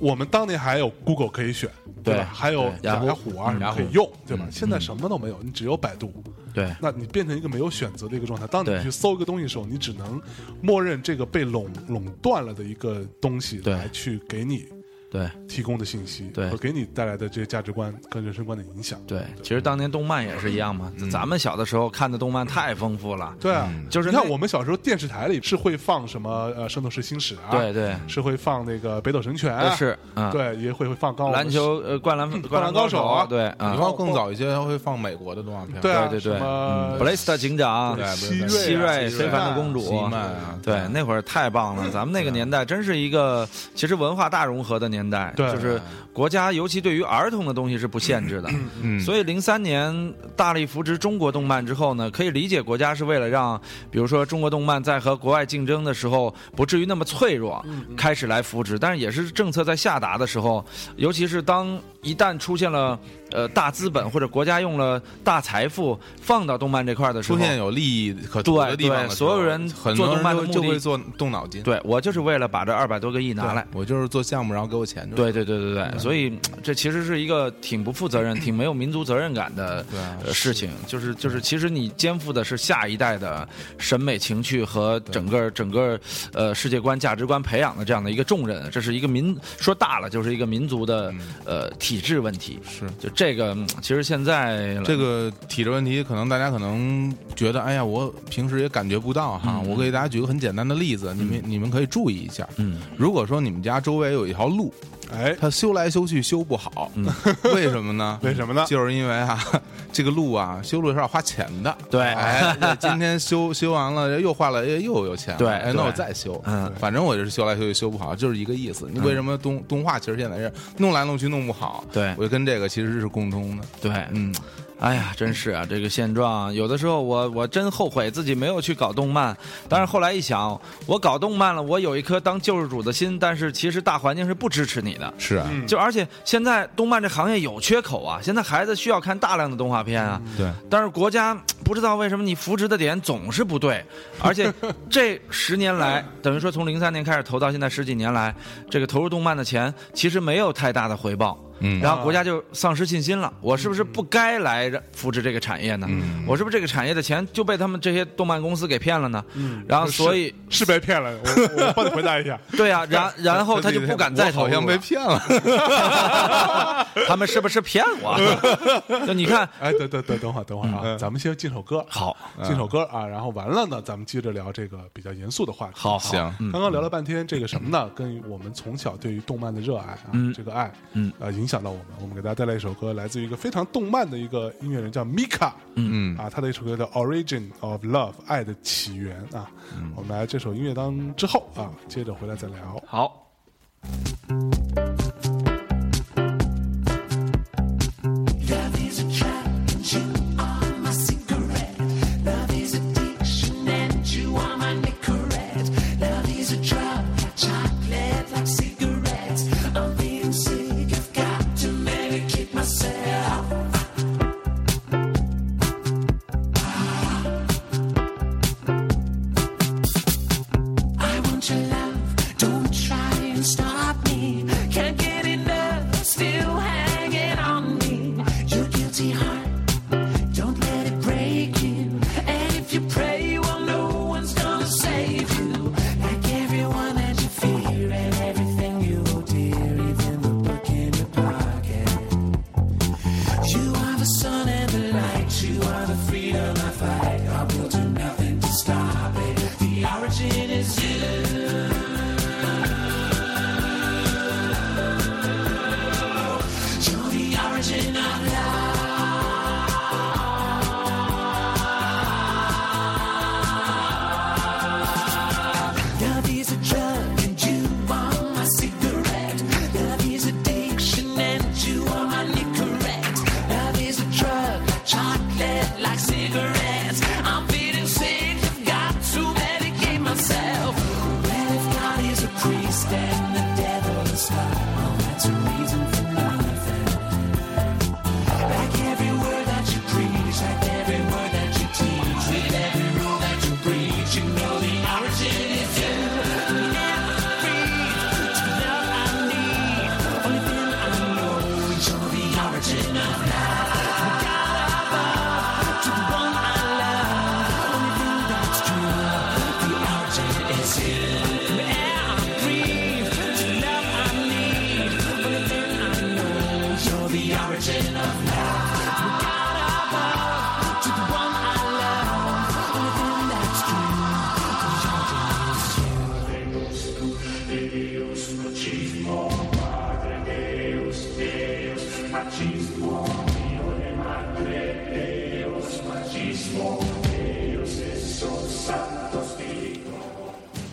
S2: 我们当年还有 Google 可以选，对
S1: 对
S2: 吧？还有
S1: 对嗯
S2: 雅
S1: 雅虎
S2: 虎啊什么
S1: 雅
S2: 可
S1: 虎
S2: 以用，对吧？
S1: 嗯
S2: 现在什么都没有，你只有百度。
S1: 对
S2: 那你变成一个没有选择的一个状态。当你
S1: 对
S2: 去搜一个东西的时候，你只能默认这个被垄垄断了的一个东西
S1: 对
S2: 来去给你
S1: 对
S2: 提供的信息，
S1: 对
S2: 和给你带来的这些价值观跟人生观的影响。
S1: 对，嗯其实当年动漫也是一样嘛，咱们小的时候看的动漫太丰富了，
S2: 对啊，
S1: 就是
S2: 你看
S1: 那
S2: 我们小时候电视台里是会放什么呃《圣斗士星矢》啊，
S1: 对，对，
S2: 是会放那个《北斗神拳》啊，
S1: 呃是嗯
S2: 对，也会会放刚
S1: 篮球呃灌篮
S2: 灌篮高
S1: 高
S2: 手啊
S1: 对
S3: 你
S1: 啊，
S3: 放更早一些，会放美国的动画片，
S2: 对啊
S1: 对对
S2: 什
S1: 对，
S2: 么
S1: 嗯布雷斯特警长
S3: 对，
S2: 希瑞啊、
S1: 希瑞
S3: 希
S1: 非凡的公主
S3: 希曼啊，
S1: 对，那会儿太棒
S3: 嗯
S1: 了，咱们那个年代真是一个其实文化大融合的年代，
S2: 对
S1: 就是国家尤其对于儿童的东西是不限制的，
S3: 嗯，
S1: 所以零三年大力扶持中国动漫之后呢，可以理解国家是为了让，比如说中国动漫在和国外竞争的时候不至于那么脆弱，
S3: 嗯
S1: 开始来扶持。但是也是政策在下达的时候，尤其是当一旦出现了呃大资本或者国家用了大财富放到动漫这块儿的时
S3: 出
S1: 候，
S3: 现有利益可图的地方的时
S1: 对对所
S3: 候，
S1: 有人
S3: 很
S1: 做
S3: 多
S1: 动漫的
S3: 人就就
S1: 目的
S3: 会做动脑筋，
S1: 对我就是为了把这二百多个亿拿来。
S3: 我就是做项目，然后给我钱就行。
S1: 对对对对对，所以
S3: 嗯
S1: 这其实是一个挺不负责任、挺没有民族责任感的
S3: 对啊
S1: 呃事情。就是就是，其实你肩负的是下一代的审美情趣和整个整个呃世界观、价值观培养的这样的一个重任。这是一个民说大了就是一个民族的呃体制问题。
S3: 嗯是
S1: 就这个，嗯其实现在
S3: 这个体质问题，可能大家可能觉得，哎呀，我平时也感觉不到哈。我给大家举个很简单的例子，你们你们可以注意一下。
S1: 嗯，
S3: 如果说你们家周围有一条路，
S2: 哎，
S3: 它修来修去修不好，
S1: 嗯
S3: 为什么呢？
S2: 为什么呢？
S3: 就是因为啊， 这个路啊，修路是要花钱的。
S1: 对
S3: 哎，那今天修 修完了，又花了，哎又有钱了。
S1: 对
S3: 哎，
S1: 对
S3: 那我再修，
S1: 嗯
S3: 反正我就是修来修去修不好，就是一个意思。你为什么动动画其实现在是弄来弄去弄不好？
S1: 对
S3: 我就跟这个其实是共通的。
S1: 对，
S3: 嗯，
S1: 哎呀，真是啊，这个现状，有的时候我我真后悔自己没有去搞动漫，但是后来一想，我搞动漫了，我有一颗当救世主的心，但是其实大环境是不支持你的。
S3: 是啊，
S1: 就而且现在动漫这行业有缺口啊，现在孩子需要看大量的动画片啊，
S3: 对。
S1: 但是国家不知道为什么你扶持的点总是不对，而 且这十年来，等于说从零三年开始投到现在十几年来，这个投入动漫的钱其实没有太大的回报。
S3: 嗯
S1: 然后国家就丧失信心了，我是不是不该来着扶持这个产业呢？
S3: 嗯
S1: 我是不是这个产业的钱就被他们这些动漫公司给骗了呢？
S3: 嗯
S1: 然后所以
S2: 是是被骗了，我我帮你回答一 下。
S1: 对啊，然 然后他就不敢再
S3: 我
S1: 投
S3: 好
S1: 入了
S3: 像被骗了。
S1: 他们是不是骗我？就 你看，
S2: 哎，等等等等会儿，等会儿啊，咱们先进首歌，
S1: 好，
S2: 进首歌啊，然后完了呢，咱们接着聊这个比较严肃的话题。
S1: 好，好
S3: 行，
S2: 刚刚聊了半天这个什么呢？跟我们从小对于动漫的热爱啊，这个爱，嗯，呃，影响到我们。我们给大家带来一首歌，来自于一个非常动漫的一个音乐人，叫 Mika，嗯啊，他的一首歌叫《Origin of Love》，爱的起源啊。我们来这首音乐当之后啊，接着回来再聊。
S1: 好。
S4: Love is a trap, and you are my cigarette. Love is addiction, and you are my Nicorette. Love is a drug, like chocolate, like cigarettes. I'm feeling sick, I've got to medicate myself. I want your love, don't try and stop me. Can't get enough, still hanging on me. Your guilty heart, don't let it break you. And if you pray, well, no one's gonna save you. Like everyone that you fear and everything you hold dear, even the book in your pocket. You are the sun and the light, you are the freedom I fight. I will do nothing to stop it. The origin is you. You're the origin of love. Love is a drug and you are my cigarette. Love is addiction and you are my Nicorette. Love is a drug, like chocolate, like cigarettes. I'm feeling sick, I've got to medicate myself. Well, if God is a priest and the devil is God, well, that's a reason for nothing. Like every word that you preach, like every word that you teach, with every rule that you breach, you know the origin is you. Never free to love I need.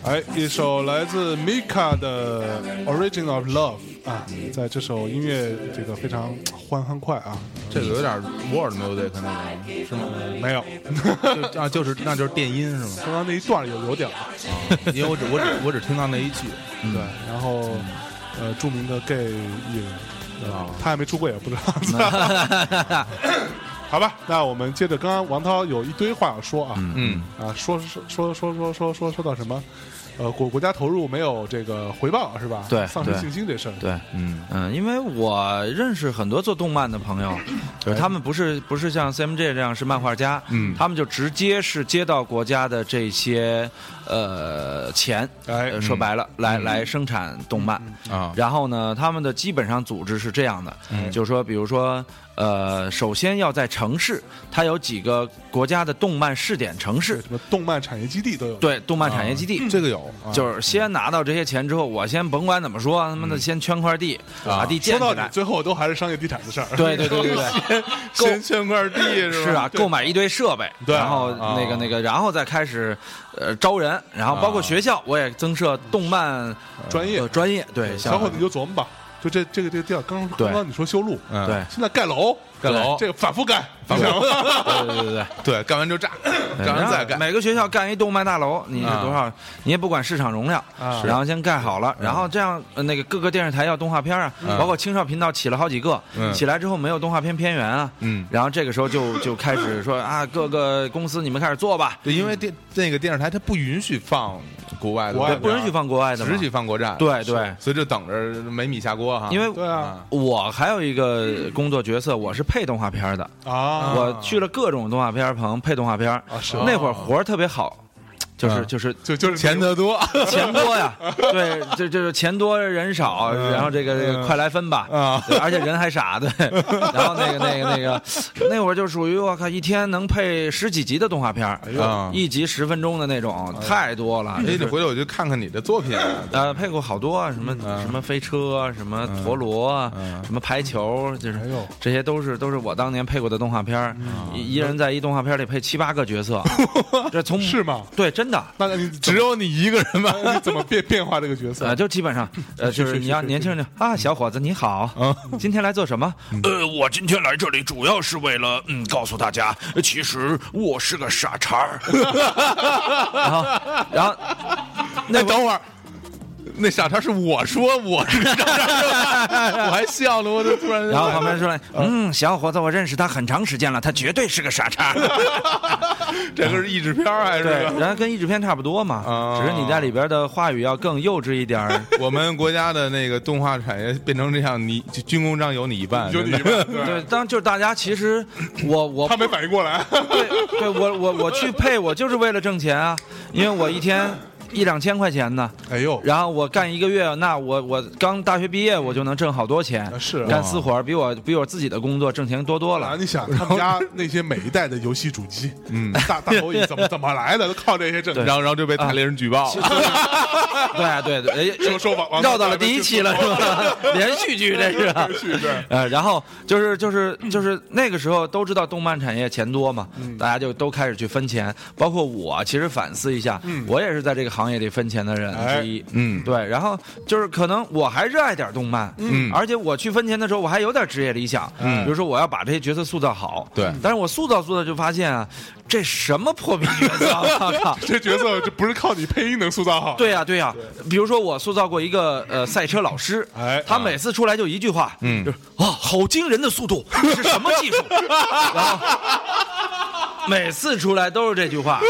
S2: 哎，一首来自 Mika 的《Origin of Love》啊，在这首音乐这个非常欢欢快啊，
S3: 这个有点 world music 那种，是吗？
S2: 没有，
S3: 就啊，就是那就是电音是 吗？
S2: 刚刚那一段有有点儿，啊
S3: 因为我只我只我只听到那一句，
S1: 嗯
S2: 对，然后呃，著名的 gay 艺人，
S3: 啊
S2: 他还没出柜，也不知道。 好吧，那我们接着，刚刚王涛有一堆话要说啊，
S3: 嗯，
S2: 啊，说说说说说说说说到什么？呃，国国家投入没有这个回报是吧？
S1: 对
S2: 丧失
S1: 对
S2: 信心这事儿。
S1: 对，
S3: 嗯
S1: 嗯，因为我认识很多做动漫的朋友，就是他们不是不是像 CMJ 这样是漫画家，
S3: 嗯
S1: 他们就直接是接到国家的这些呃钱，
S2: 哎
S1: 呃，说白了，来来生产动漫。
S3: 啊，
S1: 然后呢，他们的基本上组织是这样的，就是说，比如说，呃，首先要在城市，它有几个国家的动漫试点城市，
S2: 什么动漫产业基地都有。
S1: 对，动漫产业基地，
S3: 这个有，啊
S1: 就是先拿到这些钱之后，我先甭管怎么说，他妈的先圈块地，把地建
S2: 说到
S1: 起
S2: 底
S1: 来，。
S2: 最后都还是商业地产的事儿。
S1: 对对对对对，
S3: 先圈块地是
S1: 是
S3: 吧？
S1: 啊，购买一堆设备，
S2: 对
S1: 然后
S3: 啊
S1: 那个那个，然后再开始呃招人，然后包括
S3: 啊
S1: 学校，我也增设动漫
S2: 专业
S1: 呃专业，对，
S2: 小
S1: 像
S2: 伙子你就琢磨吧，就这这个这个地儿，刚
S1: 对
S2: 刚刚你说修路，
S3: 嗯
S1: 对
S2: 现在盖楼，
S3: 盖楼
S2: 这个反复盖，
S3: 反复
S2: 你想吗
S1: 对 对对对。
S3: 对，干完就炸，
S1: 对
S3: 干完再
S1: 然后
S3: 干，
S1: 每个学校干一动漫大楼，你是
S3: 啊
S1: 多少？你也不管市场容量，
S2: 啊
S1: 然后先盖好了，然后这样呃那个各个电视台要动画片啊，
S3: 嗯
S1: 包括青少频道起了好几个，
S3: 嗯
S1: 起来之后没有动画片片源啊，
S3: 嗯
S1: 然后这个时候就就开始说啊，各个公司你们开始做吧，
S3: 对，因为电那个电视台它不允许放嗯国外的
S2: 国
S3: 东
S2: 外
S3: 西
S1: 对
S3: 啊，，
S1: 不允许放国外的嘛，
S3: 只许放国战，
S1: 对对
S3: 是所以就等着没米下锅哈，
S1: 因为
S2: 对啊
S1: 我还有一个工作角色，我是配动画片儿的，
S2: 啊，
S1: 我去了各种动画片儿棚配动画片儿
S2: 啊是
S1: 那会儿活儿特别好，就是
S3: 啊
S1: 就是
S2: 就就是
S3: 钱
S2: 的
S3: 得多，
S1: 钱多 呀，对，这这是钱多人少，
S2: 嗯
S1: 然后这个这个快来分吧，
S3: 啊
S1: 对而且人还傻， 对，然后那个那个那个那会儿就属于我靠，一天能配十几集的动画片
S2: 哎
S1: 儿，
S3: 啊
S1: 一集十分钟的那种，太多了。
S3: 哎，你回头我就看看你的作品啊，
S1: 呃，配过好多啊什么什么飞车，什么陀螺啊，
S3: 嗯
S1: 什么排球，就是
S2: 哎呦
S1: 这些都是都是我当年配过的动画片儿，
S3: 嗯
S1: 一一人在一动画片里配七八个角 色，这从
S2: 是吗？
S1: 对，真的，
S2: 那你
S3: 只有你一个人吧，
S2: 你怎么变变化这个 角
S1: 呃，
S2: 色？
S1: 就基 本上，呃，就是是
S2: 是
S1: 你要
S2: 是
S1: 年轻人就
S3: 嗯
S1: 啊，小伙子你好，今天来做什么？
S5: 呃，我今天来这里主要是为了，嗯，告诉大家，其实我是个傻叉儿。
S1: 然后，然后，那
S3: 哎，等会 儿。 那傻叉是我说我是傻叉，我还笑了，我就突然
S1: 然后旁边说，嗯，小伙子，我认识他很长时间了，他绝对是个傻叉。
S3: 这个是译制片儿还是
S1: 对
S3: 什，么？
S1: 然后跟译制片差不多 嘛
S3: 啊，
S1: 只是你在里边的话语要更幼稚一点 儿。
S3: 我们国家的那个动画产业变成这样，你就军功章有你一半，
S2: 有你
S3: 真的
S2: 吧，
S1: 对
S2: 对，，
S1: 当就是大家其实，我我
S2: 他没反应过来，
S1: 对对，我我我去配，我就是为了挣钱啊，因为我一天一两千块钱呢。
S2: 哎呦，
S1: 然后我干一个月，那我我刚大学毕业，我就能挣好多钱
S2: 啊。是啊
S1: 干私活儿比我比我自己的工作挣钱多多
S2: 啊，
S1: 了。
S2: 你想他们家那些每一代的游戏主机，嗯，大大头椅怎么怎么来的，都靠这些挣
S3: 然
S2: 钱。
S3: 后然后就被大连人举报
S1: 对
S3: 了，
S1: 对对，哎
S2: 说说吧，王
S1: 绕到了第一期了，是
S2: 说
S1: 吧？连续剧这是。
S2: 连续对
S1: 呃，然后就是就是就是那个时候都知道动漫产业钱多嘛，
S2: 嗯
S1: 大家就都开始去分钱，包括我其实反思一下，
S2: 嗯
S1: 我也是在这个行业里分钱的人
S2: 哎
S1: 之一，
S3: 嗯
S1: 对，然后就是可能我还热爱点动漫，
S3: 嗯
S1: 而且我去分钱的时候我还有点职业理想，
S3: 嗯
S1: 比如说我要把这些角色塑造好，
S3: 对
S1: 但是我塑造塑造就发现啊，这什么破逼角 色，我靠！
S2: 这角色这不是靠你配音能塑造好，
S1: 对呀、啊对呀、比如说我塑造过一个呃赛车老师，
S2: 哎
S1: 他每次出来就一句话，
S3: 嗯
S1: 就是哇，好惊人的速度，这是什么技术？ 然后每次出来都是这句话，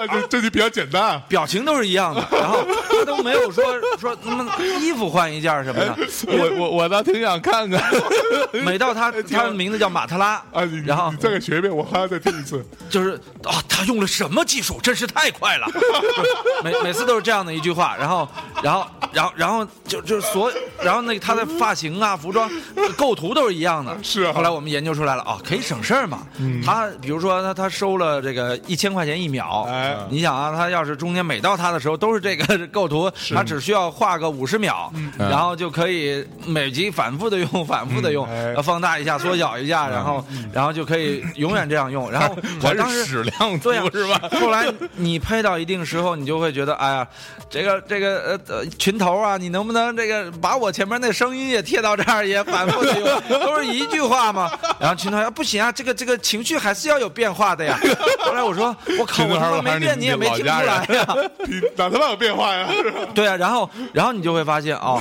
S2: 哎，这这就比较简单。
S1: 表情都是一样的，然后他都没有说说他妈衣服换一件儿什么的。
S3: 我我我倒挺想看看，
S2: 哎
S1: 每到他他的名字叫马特拉
S2: 啊，你，
S1: 然后
S2: 你再给学一遍，我还要再听一次。
S1: 就是啊，他 用了什么技术，真是太快了。就是每每次都是这样的一句话，然后然后然后然后就就是所，然后那个他的发型啊、服装、构图都是一样的。
S2: 是啊嗯
S1: 后来我们研究出来了啊，可以省事儿嘛。他比如说他他收了这个一千块钱一秒，
S2: 哎
S1: 你想啊，他要是中间每到他的时候都是这个构图，他只需要画个五十秒，
S2: 嗯
S1: 然后就可以每集反复的用，反复的用，
S2: 哎嗯
S1: 呃放大一下、缩小一下，然后然后就可以永远这样用。然后我
S3: 还
S1: 嗯当
S3: 是
S1: 时
S3: 矢量图
S1: 对呀、
S3: 是吧？
S1: 后来你配到一定时候，你就会觉得，哎呀，这个这个呃呃群头啊，你能不能这个把我前面那声音也贴到这儿，也反复的用，都是一句话嘛。然后群头说不行啊，这个这个情绪还是要有变化的呀。后来我说，我靠，
S3: 群头
S1: 我他
S3: 还
S1: 妈
S3: 是
S1: 没变，
S3: 你
S1: 也没听出来
S3: 老
S1: 呀。
S2: 你哪他妈有变化呀？是吧
S1: 对啊，然后然后你就会发现啊、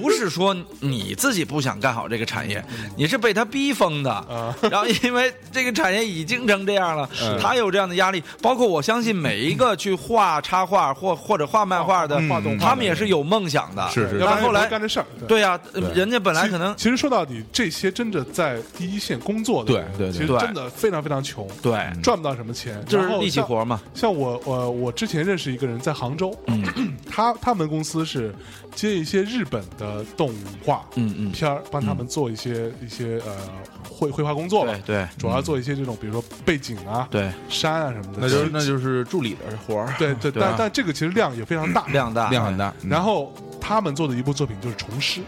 S1: 不是说你自己不想干好这个产业，你是被他逼疯
S2: 啊
S1: 的。然后因为这个产业已经成这 样了，
S2: 嗯
S1: 他有这样的压力。包括我相信每一个去画插画或或者画漫画的，
S2: 画动画的
S1: 他们也是有梦想的。
S3: 是是
S1: 但
S2: 要不然
S1: 后
S2: 也不
S1: 来
S2: 会干这事儿。对
S1: 对啊，人家本来可能
S2: 其实说到底，这些真正在第一线工作的人，
S3: 对对对
S2: 其实真的非常非常穷，
S1: 对，
S2: 赚不到什么钱，
S1: 就是
S2: 然后
S1: 力气
S2: 像
S1: 活嘛。
S2: 像我，我我之前认识一个人在杭州，他他们公司是接一些日本的动画
S1: 嗯嗯
S2: 片儿，帮他们做一些一些呃绘绘画工作吧
S1: 对，对
S2: 主要做一些这种比如说背景啊、
S1: 对
S2: 山啊什么的，
S3: 那就是
S2: 其
S3: 那
S2: 实
S3: 就是助理的活儿，
S2: 对对，
S3: 对吧
S2: 但但这个其实量也非常大，
S1: 量大
S3: 量很大。嗯
S2: 然后他们做的一部作品就是《虫师》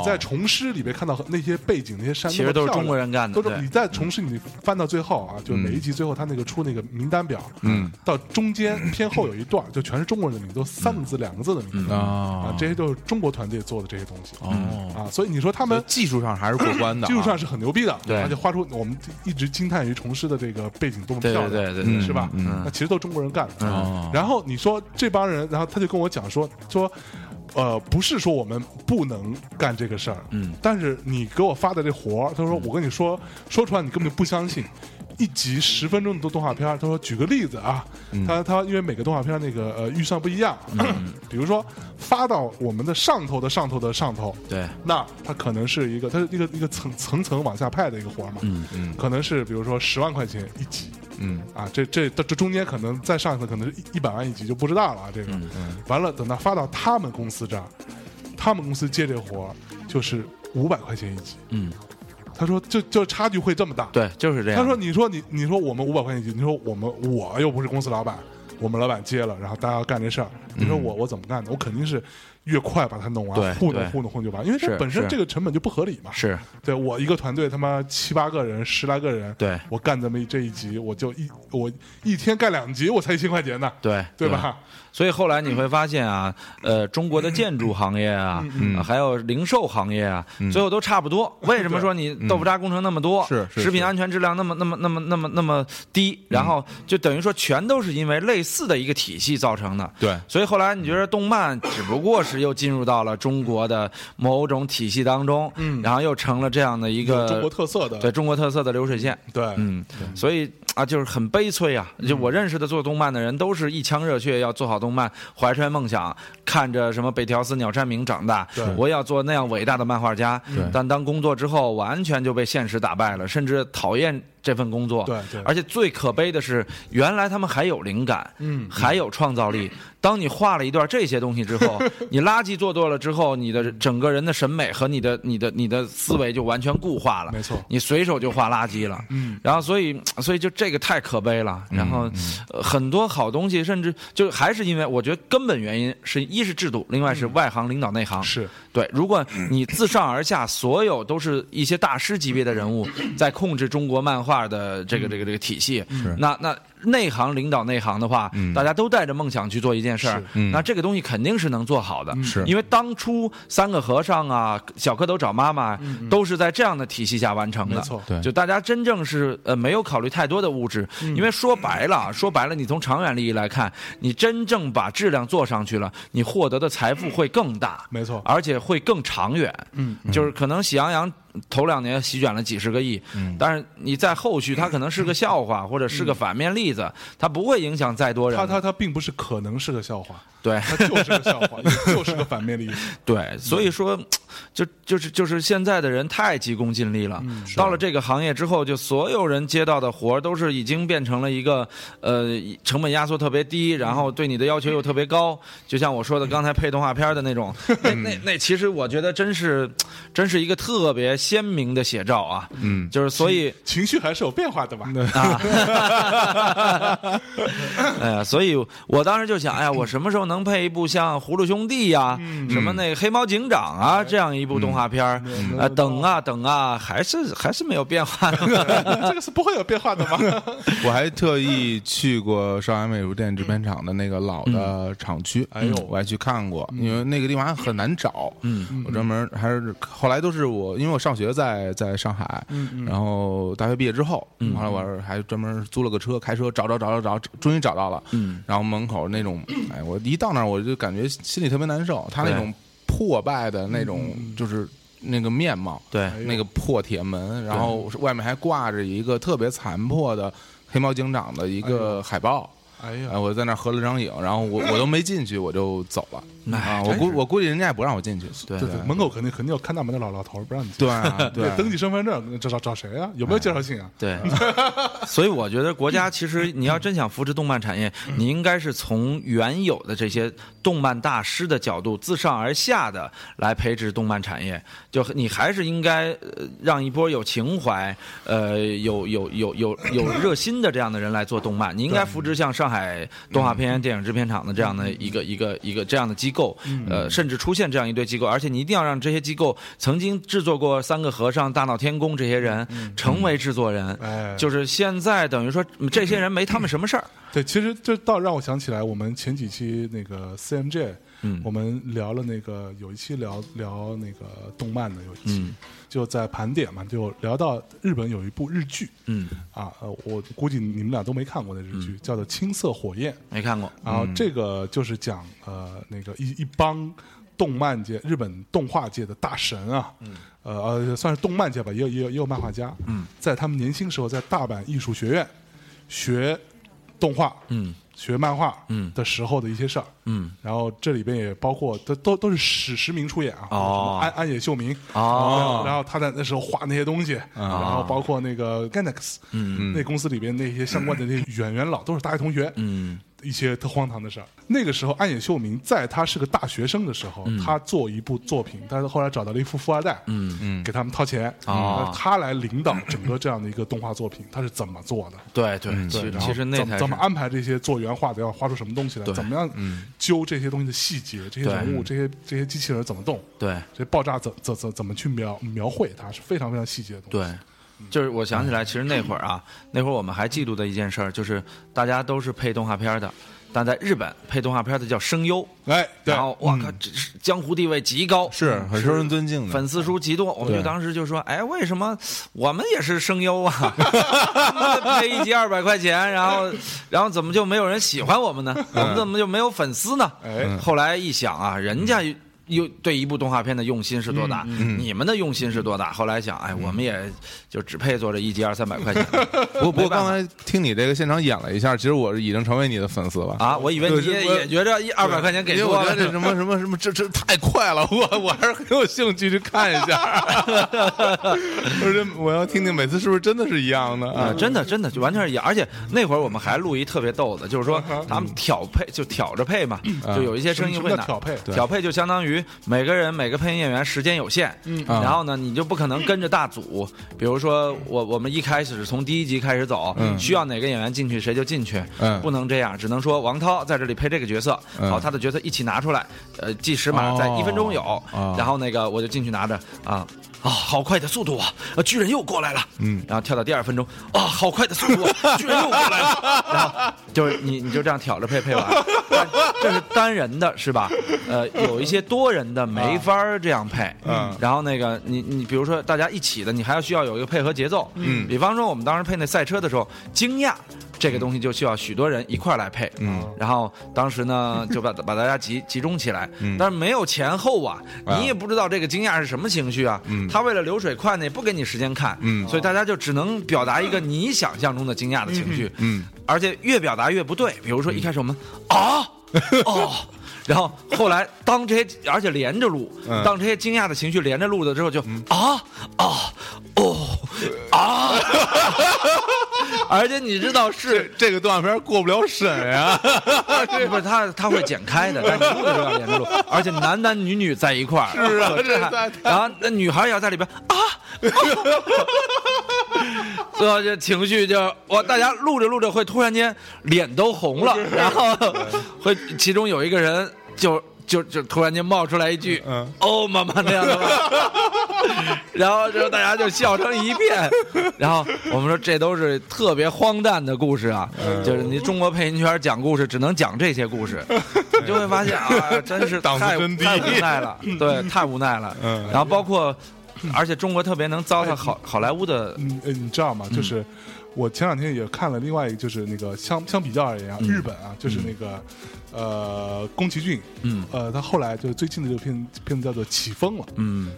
S2: 啊，，你在《虫师》里面看到那些背景、那些山，
S1: 其实都是
S2: 那么漂亮
S1: 中国人干的
S2: 都是
S1: 对
S2: 你在《虫师》你翻到最后啊，就
S3: 嗯
S2: 每一集最后他那个出那个名单表，
S3: 嗯，
S2: 到中间偏后有一段就全是中国人的名字，都三
S1: 嗯
S2: 个字、两个字的名字啊
S1: 哦
S3: 啊，
S2: 这些都是中国团队做的这些东西
S3: 哦，
S2: 啊，所以你说他
S3: 所以
S2: 们。
S3: 技术上还是过关的啊，
S2: 技术上是很牛逼的，
S1: 对
S2: 而且画出我们一直惊叹于虫师的这个背景多么
S1: 对
S2: 漂亮，
S1: 对对对
S3: 嗯
S1: 对，
S2: 是吧？
S3: 嗯
S2: 那其实都中国人干的。
S3: 哦
S2: 然后你说这帮人，然后他就跟我讲说说。呃，不是说我们不能干这个事儿，嗯，但是你给我发的这活儿，他
S3: 嗯
S2: 说我跟你说说出来你根本就不相信，一集十分钟的动画片儿，他说举个例子啊，
S3: 嗯
S2: 他他因为每个动画片儿那个呃预算不一样， 比如说发到我们的上头的上头的上头，
S1: 对
S2: 那它可能是一个它是一个一个层层层往下派的一个活儿嘛，嗯嗯，可能是比如说十万块钱一集，
S3: 嗯
S2: 啊，这这这这中间可能再上一次可能是一一百万一集就不知道了啊，这个。完了，等到发到他们公司这儿，他们公司接这活儿就是五百块钱一集。
S1: 嗯，
S2: 他说就就差距会这么大。，
S1: 对，啊就是这样。
S2: 他说你说你你说我们五百块钱一集，你说我们我又不是公司老板，我们老板接了，然后大家要干这事儿，你说我、我怎么干的？我肯定是越快把它弄
S1: 嗯对
S2: 完，糊弄
S1: 对
S2: 糊弄糊弄就完，因为它
S1: 是
S2: 本身
S1: 是
S2: 这个成本就不合理嘛。
S1: 是
S2: 对我一个团队他妈七八个人、十来个人，
S1: 对
S2: 我干这么一这一集，我就一我一天干两集，我才一千块钱呢，
S1: 对
S2: 对吧？
S1: 所以后来你会发现啊，呃，中国的建筑行业啊，呃还有零售行业啊，最后都差不多。为什么说你豆腐渣工程那么多，
S3: 是是
S1: 食品安全质量那么那么那么那么那么低？然后就等于说全都是因为类似的一个体系造成的。
S3: 对
S1: 所以后来你觉得动漫只不过是又进入到了中国的某种体系当中，嗯，然后又成了这样的一
S2: 有
S1: 个
S2: 中国特色的，
S1: 对中国特色的流水线。
S2: 对，嗯
S1: 嗯，所以啊，就是很悲催啊！就我认识的做动漫的人，都是一腔热血要做好动漫，怀揣梦想，看着什么北条司、鸟山明长大
S2: 对，
S1: 我也要做那样伟大的漫画家。但当工作之后，完全就被现实打败了，甚至讨厌这份工作。
S2: 对对
S1: 而且最可悲的是，原来他们还有灵感，
S2: 嗯
S1: 还有创造力。当你画了一段这些东西之 后，你垃圾做多了之后，你的整个人的审美和你的、你的、你的思维就完全固化了。
S2: 没错
S1: 你随手就画垃圾了。嗯，然后所以所以就这个太可悲了。然后、呃很多好东西，甚至就还是因为我觉得根本原因是一是制度，另外是外行领导内行。
S2: 是
S1: 对，如果你自上而下，所有都是一些大师级别的人物在控制中国漫画的这个这个这个体系，
S3: 嗯
S1: 那那内行领导内行的话，大家都带着梦想去做一件事儿
S2: 是，
S1: 那这个东西肯定是能做好的，
S3: 嗯是
S1: 因为当初三个和尚啊、小蝌蚪找妈妈都是在这样的体系下完成的，
S2: 嗯没错
S3: 对
S1: 就大家真正是呃没有考虑太多的物质，
S2: 嗯
S1: 因为说白了，说白了，你从长远利益来看，你真正把质量做上去了，你获得的财富会更大，
S2: 没错
S1: 而且会更长远。嗯，就是可能喜羊羊头两年席卷了几十个亿，但是你在后续它可能是个笑话或者是个反面例子，它不会影响再多人
S2: 他
S1: 的。
S2: 他他并不是可能是个笑话，
S1: 对
S2: 他就是个笑话，也就是个反面例子。
S1: 对，所以说，就就是就是现在的人太急功近利了。到了这个行业之后，就所有人接到的活儿都是已经变成了一个呃成本压缩特别低，然后对你的要求又特别高。就像我说的刚才配动画片儿的那种，那那那其实我觉得真是真是一个特别鲜明的写照啊。嗯，就是所以。
S2: 情绪还是有变化的吧？
S1: 啊， 哎呀，所以我当时就想，哎呀，我什么时候能配一部像《葫芦兄弟》呀、什么那个《黑猫警长啊》这样一部动画片儿？啊，等啊等啊，还是还是没有变化。
S2: 这个是不会有变化 的吗？
S3: 我还特意去过上海美术电影制片厂的那个老的厂区，哎
S1: 嗯
S3: 呦，我还去看过，因为那个地方还很难找。嗯，我专门还是后来都是我，因为我上学在在上海，
S1: 嗯
S3: 然后大学毕业之后，后来我还专门租了个车，开车找找找找找，终于找到了。
S1: 嗯，
S3: 然后门口 那种，哎，我一到那儿我就感觉心里特别难受，他那种破败的那种就是那个面貌，
S1: 嗯对
S3: 那个破铁门，然后外面还挂着一个特别残破的黑猫警长的一个海报。
S2: 哎
S3: 哎，，我在那儿合了张影，然后我我都没进去，我就走了。
S1: 哎
S3: 啊，我估我估计人家也不让我进去。对
S2: 对对，门口肯定肯定有看大门的老老头儿不让你进。
S3: 对啊对啊
S2: 登记身份证，找找找谁啊？有没有介绍信啊？
S1: 对，所以我觉得国家其实你要真想扶持动漫产业，你应该是从原有的这些动漫大师的角度，自上而下的来培植动漫产业。就你还是应该呃让一波有情怀、呃有有有有有热心的这样的人来做动漫。你应该扶植像上海动画片电影制片厂的这样的一个一个一个这样的机构，呃，甚至出现这样一堆机构，而且你一定要让这些机构曾经制作过《三个和尚》《大闹天宫》这些人成为制作人。
S2: 哎
S1: 就是现在等于说嗯这些人没他们什么事儿。
S2: 对，其实这倒让我想起来，我们前几期那个 CMJ，
S1: 嗯
S2: 我们聊了那个有一期聊聊那个动漫的有一期，
S1: 嗯
S2: 就在盘点嘛，就聊到日本有一部日剧
S1: 嗯，
S2: 啊，呃，我估计你们俩都没看过的日剧，叫做《青色火焰》。
S1: 没看过。
S2: 然后这个就是讲呃那个一一帮动漫界、日本动画界的大神啊，
S1: 嗯
S2: 呃呃算是动漫界吧，也有也有也有漫画家，嗯，在他们年轻时候在大阪艺术学院学动画，
S1: 嗯，
S2: 学漫画，
S1: 嗯
S2: 的时候的一些事儿，
S1: 嗯，
S2: 然后这里边也包括都都都是实实名出演啊，
S1: 哦
S2: 安安野秀明，
S1: 哦啊
S2: 然后他在那时候画那些东西，然后包括那个 Gainax，嗯，那公司里边那些相关的那些 演员老都是大学同学，
S1: 嗯，
S2: 一些特荒唐的事儿。那个时候，安野秀明在他是个大学生的时候，
S1: 嗯
S2: 他做一部作品，但是后来找到了一副富二代，嗯嗯，给他们掏钱，
S1: 哦
S2: 他来领导整个这样的一个动画作品，他是怎么做的？
S1: 对对，其
S2: 对
S1: 实
S2: 然后
S1: 其实那
S2: 怎
S1: 才
S2: 么
S1: 是
S2: 怎么安排这些做原画的要画出什么东西来，
S1: 对嗯
S2: 怎么样揪这些东西的细节，这些
S1: 对
S2: 人物，这些这些机器人怎么动，
S1: 对
S2: 这爆炸怎怎怎怎么去描描绘它，是非常非常细节的东西。
S1: 对。就是我想起来，其实那会儿啊，那会儿我们还嫉妒的一件事儿，就是大家都是配动画片儿的，但在日本配动画片儿的叫声优，
S2: 哎，对
S1: 然，后哇靠，这是江湖地位极高，
S3: 嗯是很受人尊敬的
S1: 粉丝数极多，我们就
S3: 对
S1: 当时就说，哎，为什么我们也是声优 啊？配一集二百块钱，然后然后怎么就没有人喜欢我们呢？
S3: 嗯
S1: 我们怎么就没有粉丝呢？
S2: 哎
S1: 后来一想啊，人家
S3: 嗯
S1: 又对一部动画片的用心是多大，你们的用心是多大？后来想，哎，
S3: 嗯
S1: 我们也就只配做这一集二三百块 钱
S3: 不不过
S1: 没办
S3: 刚
S1: 法
S3: 才听你这个现场演了一下，其实我已经成为你的粉丝了。
S1: 啊！我以为
S3: 对
S1: 你
S3: 是
S1: 也
S3: 我
S1: 也觉着一二百块钱给
S3: 因为我
S1: 多
S3: 觉
S1: 了
S3: 得。这什么什么什么，这这太快了，我我还是很有兴趣去看一下。 而且我要听听每次是不是真的是一样的
S1: 啊，
S2: 嗯
S3: 啊？
S1: 真的，真的就完全是一样。而且那会儿我们还录一特别逗的，就是说他们挑配就挑着配嘛，就有一些声音
S2: 嗯什么
S1: 会
S2: 叫
S1: 拿
S2: 挑配对
S1: 挑配就相当于每个人每个配音演员时间有限，
S2: 嗯
S1: 然后呢你就不可能跟着大组，比如说我我们一开始从第一集开始走，
S2: 嗯
S1: 需要哪个演员进去谁就进去，
S3: 嗯
S1: 不能这样，只能说王涛在这里配这个角色，
S3: 嗯
S1: 好他的角色一起拿出来，呃计时码在
S3: 哦
S1: 一分钟有，
S3: 哦
S1: 然后那个我就进去拿着啊。啊、好快的速度啊！啊，巨人又过来了，嗯，然后跳到第二分钟，啊，好快的速度 啊，巨人又过来了，然后就是你你就这样挑着配配 完，但这是单人的是吧？呃，有一些多人的没法儿这样配，嗯，然后那个你你比如说大家一起的，你还要需要有一个配合节奏，嗯，比方说我们当时配那赛车的时候，惊讶。这个东西就需要许多人一块儿来配。嗯，然后当时呢，就把 把大家集集中起来，
S3: 嗯
S1: 但是没有前后啊，你也不知道这个惊讶是什么情绪啊。他为了流水快呢，也不给你时间看，
S3: 嗯
S1: 所以大家就只能表达一个你想象中的惊讶的情绪，
S3: 嗯嗯嗯
S1: 而且越表达越不对。比如说一开始我们啊哦。然后后来，当这些而且连着录，
S3: 嗯
S1: 当这些惊讶的情绪连着录的之后就，啊啊哦啊， 而且你知道是
S3: 这个动画片过不了审 呀，
S1: 不是他他会剪开的，但是录的时候要连着录，而且男男女女在一块儿，
S3: 是 啊
S1: 可
S3: 这
S1: 震撼
S3: 太
S1: 然后那女孩也要在里边啊。 啊最后这情绪就我大家录着录着会突然间脸都红了， 然后会其中有一个人就就就突然间冒出来一句
S3: 嗯
S1: “哦妈妈”那样的话，然后就大家就笑成一片，然后我们说这都是特别荒诞的故事啊，
S3: 哎
S1: 就是你中国配音圈讲故事只能讲这些故 事，你就会发现啊，真是
S3: 档次
S1: 太
S3: 真低
S1: 太无奈 了，对，太无奈了。
S3: 嗯
S1: 然后包括，而且中国特别能糟蹋好好莱坞的，
S2: 嗯，哎你知道吗？就是我前两天也看了另外一个，就是那个相相比较而言
S1: 嗯
S2: 啊，日本啊，就是那个呃宫崎骏，
S1: 嗯
S2: 呃，他后来就是最近的这个片片子叫做《起风了》，
S1: 嗯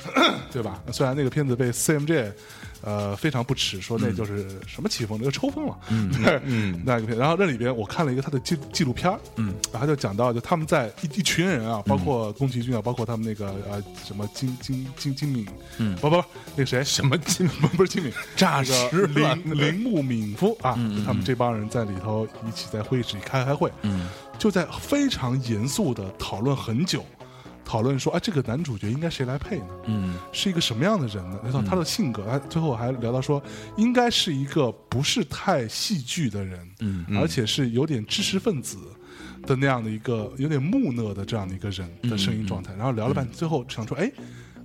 S2: 对吧？虽然那个片子被 CMJ 呃非常不耻，说那就是什么起风，那就抽风了， 嗯，那个片。然后那里边我看了一个他的纪纪录片，嗯，然后就讲到就他们在一一群人啊，包括宫崎骏啊，包括他们那个呃什么金金金金敏，嗯，不不不那个谁什么金 不是金敏，
S3: 诈
S2: 那
S3: 尸
S2: 个
S3: 了。
S2: 铃铃木敏夫啊，就他们这帮人在里头一起在会议室里开开会，就在非常严肃的讨论很久，讨论说啊，这个男主角应该谁来配呢？
S1: 嗯
S2: 是一个什么样的人呢？聊到他的性格，还最后还聊到说，应该是一个不是太戏剧的人，嗯，而且是有点知识分子。的那样的一个有点木讷的这样的一个人的声音状态，然后聊了
S1: 嗯
S2: 半，最后想说，哎，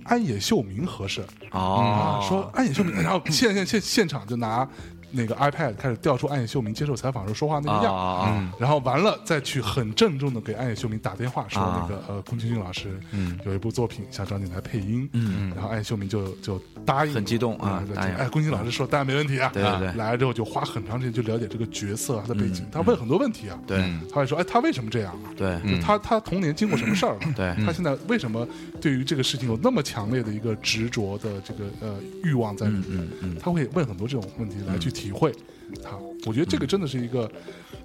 S2: 安野秀明合适，啊，
S1: 哦，
S2: 说暗野秀明，然后现现现现场就拿那个 iPad 开始调出暗野秀明接受采访时候说话那个样，
S1: 啊
S2: 嗯，然后完了再去很郑重的给暗野秀明打电话说那个、
S1: 哦
S2: 呃宫崎骏老师，嗯，有一部作品想找你来配音，嗯，然后暗野秀明就就答应了，
S1: 很激动啊
S2: 嗯对
S1: 答应
S2: 哎，宫崎骏老师说当然没问题啊，
S1: 对对对
S2: 啊来了之后就花很长时间去了解这个角色啊他的背景，他问很多问题啊，
S1: 对
S2: 他会说哎他为什么这样啊，
S1: 对
S2: 就他他童年经过什么事儿了？
S1: 嗯对
S2: 他现在为什么对于这个事情有那么强烈的一个执着的这个呃欲望在里
S1: 嗯
S2: 面？他会问很多这种问题来去体会他。我觉得这个真的是一个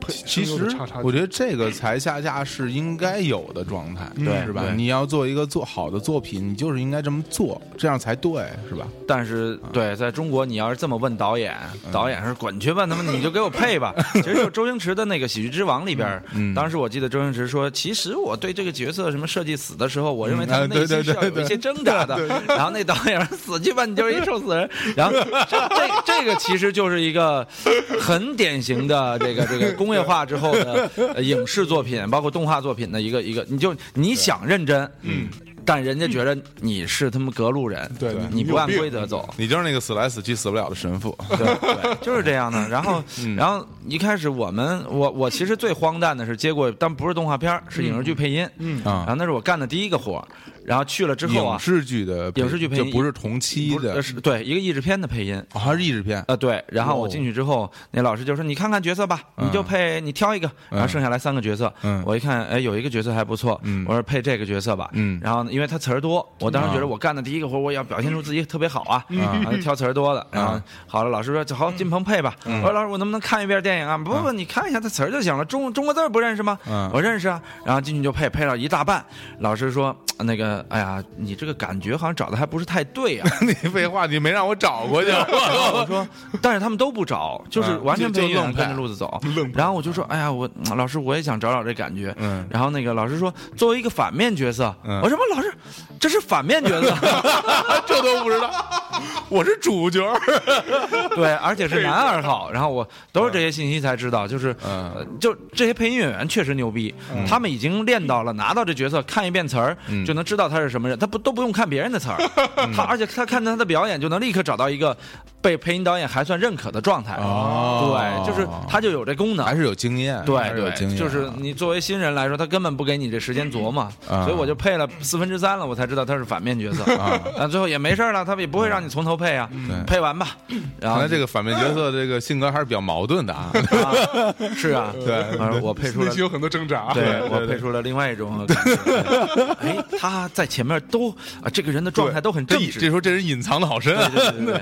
S2: 配
S3: 其
S2: 声优的
S3: 实
S2: 叉叉，
S3: 我觉得这个才恰恰是应该有的状态，嗯对是吧？
S1: 对
S3: 你要做一个做好的作品，你就是应该这么做，这样才对，是吧？
S1: 但是对，在中国你要是这么问导演，
S3: 嗯
S1: 导演是滚去吧，他们你就给我配 吧。其实就周星驰的那个《喜剧之王》里边，
S3: 嗯
S1: 当时我记得周星驰说，其实我对这个角色什么设计死的时候，我认为他
S3: 嗯啊
S1: 们内
S3: 对
S1: 心是
S3: 对
S1: 要
S3: 对
S1: 有一些挣扎的。然后那导演说死去吧，你就是一受死人。然后 这这这个其实就是一个很典型的这个这个工业化之后的呃影视作品，包括动画作品的一个一个，你就你想认真，嗯。但人家觉得你是他们隔路人，
S2: 对对
S1: 你
S2: 你
S1: 不
S2: 有
S1: 按
S2: 病
S1: 规则走，
S3: 你就是那个死来死去死不了的神父，
S1: 对，就是这样的。然 后，然后一开始我们，我我其实最荒诞的是接过，但不是动画片儿，是影视剧配音。嗯
S3: 啊
S1: 然后那是我干的第一个活儿，然后去了之后啊
S3: 影，视剧的
S1: 影视剧配
S3: 就
S1: 音
S3: 不是同期
S1: 不是
S3: 的
S1: 呃，是对一个译制片的配音。
S3: 哦还是译制片
S1: 啊，对，然
S3: 哦
S1: 后我进去之后，那老师就说：“你看看角色吧，你就配你挑一个。”然后剩下来三个角色
S3: 嗯，
S1: 我一看，哎，有一个角色还不错，我说配这个角色吧。
S3: 嗯啊
S1: 然后呢因为他词儿多，我当时觉得我干的第一个活，我也要表现出自己特别好啊，
S3: 嗯
S1: 然后就挑词儿多的。然后好了，老师说好，金鹏配吧。
S3: 嗯
S1: 我说老师，我能不能看一遍电影啊？不不，你看一下他词儿就行了。中中国字儿不认识吗？
S3: 嗯
S1: 我认识啊。然后进去就配，配了一大半。老师说那个，哎呀，你这个感觉好像找的还不是太对啊。
S3: 你废话，你没让我找 过去。
S1: 然后我说，但是他们都不找，就是完全
S3: 嗯就
S1: 配音
S3: 就
S1: 员
S3: 愣
S1: 跟
S3: 配
S1: 着路子走。然后我就说，哎呀，我嗯老师我也想找找这感觉。
S3: 嗯
S1: 然后那个老师说，作为一个反面角色，
S3: 嗯
S1: 我说不，老师，这是反面角色，
S3: 这都不知道，我是主角。
S1: 对，而且是男二号。然后我都是
S3: 嗯
S1: 这些信息才知道，就是，
S3: 嗯
S1: 呃就这些配音演员确实牛逼，他们已经练到了拿到这角色看一遍词儿，就能知道他是什么人，他不都不用看别人的词儿，
S3: 嗯
S1: 他而且他看他的表演就能立刻找到一个被配音导演还算认可的状态。
S3: 哦
S1: 对，就是他就有这功能
S3: 还。是有经验，还
S1: 对
S3: 是有经
S1: 对，
S3: 验，啊
S1: 就是你作为新人来说，他根本不给你这时间琢磨，
S3: 嗯
S1: 所以我就配了四分之三了，我才知道他是反面角色。啊，最后也没事儿了，他们也不会让你从头配啊，
S3: 嗯
S1: 配完吧。然
S3: 看
S1: 后
S3: 来这个反面角色这个性格还是比较矛盾 的啊。
S1: 啊是 啊，
S3: 对
S1: 啊我配出
S2: 内
S1: 了
S2: 心有很多挣扎。
S1: 对
S3: 对
S1: 我
S3: 对
S1: 配出了另外一种感觉。哎，他在前面都啊，这个人的状态都很
S3: 这
S1: 正直
S3: 这，时候这人隐藏的好深啊，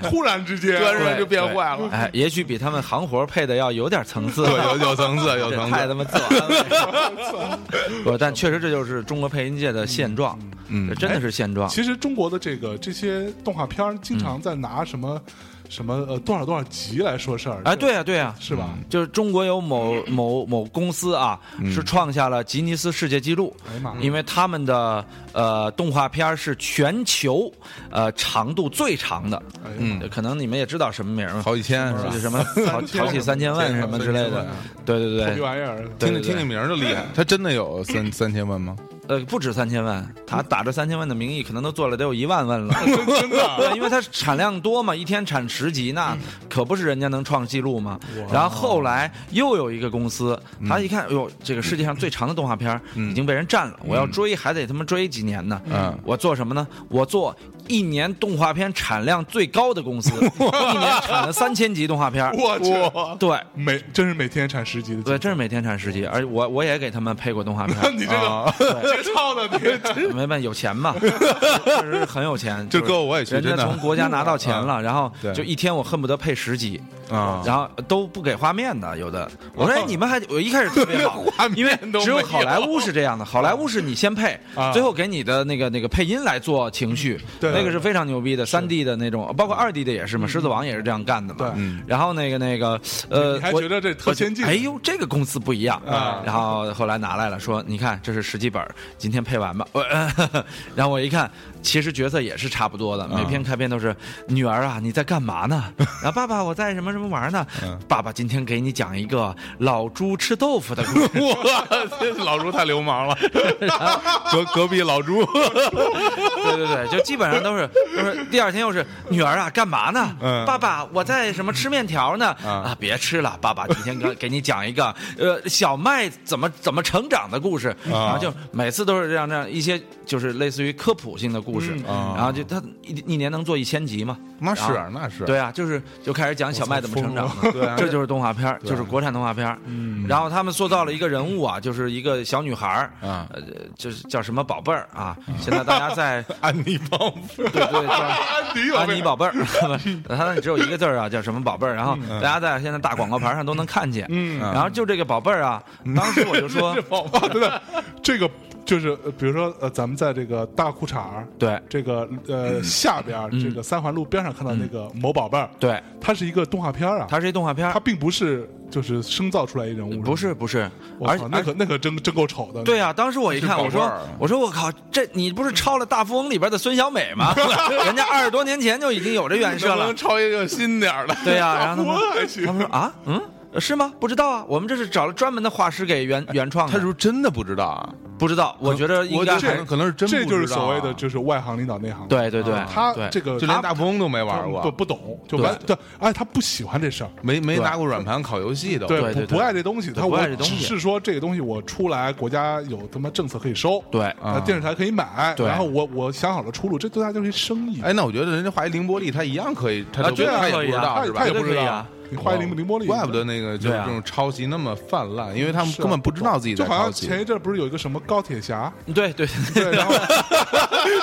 S2: 突然之间，
S3: 突然
S1: 对
S3: 就变坏了。
S1: 哎，也许比他们行活配的要有点层次。
S3: 对，有有层次，有
S1: 这
S3: 层
S1: 太他
S3: 次。
S1: 妈自我安慰 了。不，但确实这就是中国配音界的现状，
S3: 嗯
S1: 这真的是现状。
S2: 其实中国的这个这些动画片儿，经常在拿什么、什么呃多少多少集来说事儿。
S1: 哎，对啊，对啊，
S2: 是吧？
S1: 就是中国有某某某公司啊，是创下了吉尼斯世界纪录
S2: 呀妈，
S1: 因为他们的呃动画片儿是全球呃长度最长的，
S3: 嗯，
S1: 可能你们也知道什么名儿嘛，
S3: 好几千是吧
S1: 是？什么淘淘气三千问什么之类的，对对
S2: 这
S1: 对，
S2: 玩意儿，
S1: 对
S3: 听着听这名儿就厉害，他真的有三三千万 吗？
S1: 呃，不止三千万，他打着三千万的名义，可能都做了得有一万万了， 真的，嗯对，因为它产量多嘛，一天产十集，那可不是人家能创纪录嘛。然后后来又有一个公司，他一看，哎呦，这个世界上最长的动画片儿已经被人占了，我要追还得他妈追几年呢，
S3: 嗯
S1: 我做什么呢？我做一年动画片产量最高的公 司，一年产了三千集动画片儿，
S2: 我去，
S1: 对。
S2: 每真是每天产十集的。
S1: 对，真是每天产十集，而且我我也给他们配过动画 片
S2: 你这
S1: 啊
S2: 个节操的，你
S1: 没办法，有钱嘛，确实是很有钱。
S3: 这
S1: 就是
S3: 哥我也去
S1: 人家
S3: 真的
S1: 从国家拿到钱了，然后
S3: 对
S1: 就一天我恨不得配十集
S3: 啊
S1: 然后都不给画面的，有的。我说哎，你们还我一开始特别好
S3: 画，面
S1: 因为
S3: 都
S1: 只有
S3: 没有
S1: 好莱坞是这样的，好莱坞是你先配，最后给你的那个那个配音来做情绪，
S2: 对
S1: 那个是非常牛逼的，三 D 的那种，包括二 D 的也是嘛，狮子王也是这样干的嘛。
S3: 嗯
S1: 然后那个那个呃，
S2: 还
S1: 我
S2: 觉得这特先进
S1: 哎呦，这个公司不一样
S2: 啊
S1: 然后后来拿来了，说你看这是十几本儿，今天配完吧。我、 呃然后我一看，其实角色也是差不多的，每篇开篇都是女儿啊，你在干嘛呢？然后爸爸，我在什么什么玩呢？爸爸今天给你讲一个老猪吃豆腐的故事。
S3: 哇，这老朱太流氓了， 隔隔壁老朱，
S1: 对对对，就基本上都是都是第二天又是女儿啊，干嘛呢？
S3: 嗯
S1: 爸爸，我在什么吃面条呢？
S3: 啊
S1: 啊，别吃了，爸爸今天给给你讲一个呃小麦怎么怎么成长的故
S3: 嗯
S1: 事，然后就每次都是这样这样一些就是类似于科普性的故事，
S3: 啊
S1: 然后就他一一年能做一千集嘛。
S3: 那是
S1: 然后
S3: 那是
S1: 对啊，就是就开始讲小麦怎么成长
S2: 我操
S1: 的，
S3: 对 啊嗯
S1: 这就是动画片儿，就是国产动画片儿。然后他们塑造了一个人物啊，就是一个小女孩儿，
S3: 啊
S1: 呃，就是叫什么宝贝儿啊。
S3: 嗯
S1: 现在大家在
S3: 安妮帮夫，
S1: 对对，叫
S2: 安迪
S1: 安妮宝贝儿， 它那只有一个字儿啊，叫什么宝贝儿？然后大家在现在大广告牌上都能看见。嗯，然后就这个宝贝儿啊，当时我就说，
S2: 宝宝，真的，这个就是呃比如说呃，咱们在这个大裤衩儿
S1: 对嗯
S2: 这个呃下边儿这个三环路边上看到那个某宝贝儿，
S1: 对，
S2: 它是一个动画片儿啊，
S1: 它是一动画片儿
S2: 它，并不是就是生造出来一人物，
S1: 不是不是，
S2: 我
S1: 而
S2: 操，
S1: 且
S2: 那可那可真真够丑的。
S1: 对啊，当时我一看，我
S3: 宝
S1: 说
S3: 贝儿啊
S1: 我说我靠，这你不是抄了《大富翁》里边的孙小美吗？ 人家二十多年前就已经有这原设
S3: 能不
S1: 了
S3: 能。抄一个新点儿的？
S1: 对呀、然后他
S2: 我
S1: 们
S2: 还去
S1: 他们说啊，嗯。是吗？不知道啊，我们这是找了专门的画师给原原创的。
S3: 他是不是真的不知道啊？
S1: 不知道，我觉得应该
S3: 我觉得
S1: 还
S3: 这可能是真不知
S2: 这就是
S3: 道啊
S2: 所谓的就是外行领导内行。
S1: 对对对
S2: 啊，他
S1: 对
S2: 这个
S3: 就连
S2: 他
S3: 大富翁都没玩
S2: 不
S3: 过，
S2: 不懂，就完对，哎，他不喜欢这事儿。
S3: 没没拿过软盘烤游戏的，
S1: 对对
S2: 不不爱这东西，他
S1: 不
S2: 我
S1: 爱这东
S2: 只
S1: 西
S2: 是说这个东西我出来，国家有他妈政策可以收，
S1: 对
S2: 呃
S3: 嗯
S2: 电视台可以买，
S1: 对
S2: 然后我我想好了出路，这对他就是一生意。
S3: 哎，那我觉得人家画一凌波丽，他一样可以，他
S1: 啊
S3: 就
S1: 对啊
S3: 他也不知
S1: 可
S3: 道
S2: 他
S1: 以
S3: 是
S1: 啊
S3: 吧哦
S2: 他也？
S1: 绝对
S2: 不知
S1: 可以
S2: 道
S1: 啊，
S2: 你画一凌凌波丽，
S3: 怪不得那个就是
S1: 对啊
S3: 这种抄袭那么泛滥，因为他们
S2: 是啊
S3: 根本不知道自己在
S2: 就好
S3: 抄
S2: 像
S3: 袭。
S2: 前一阵不是有一个什么高铁侠，
S1: 对对
S2: 对，然后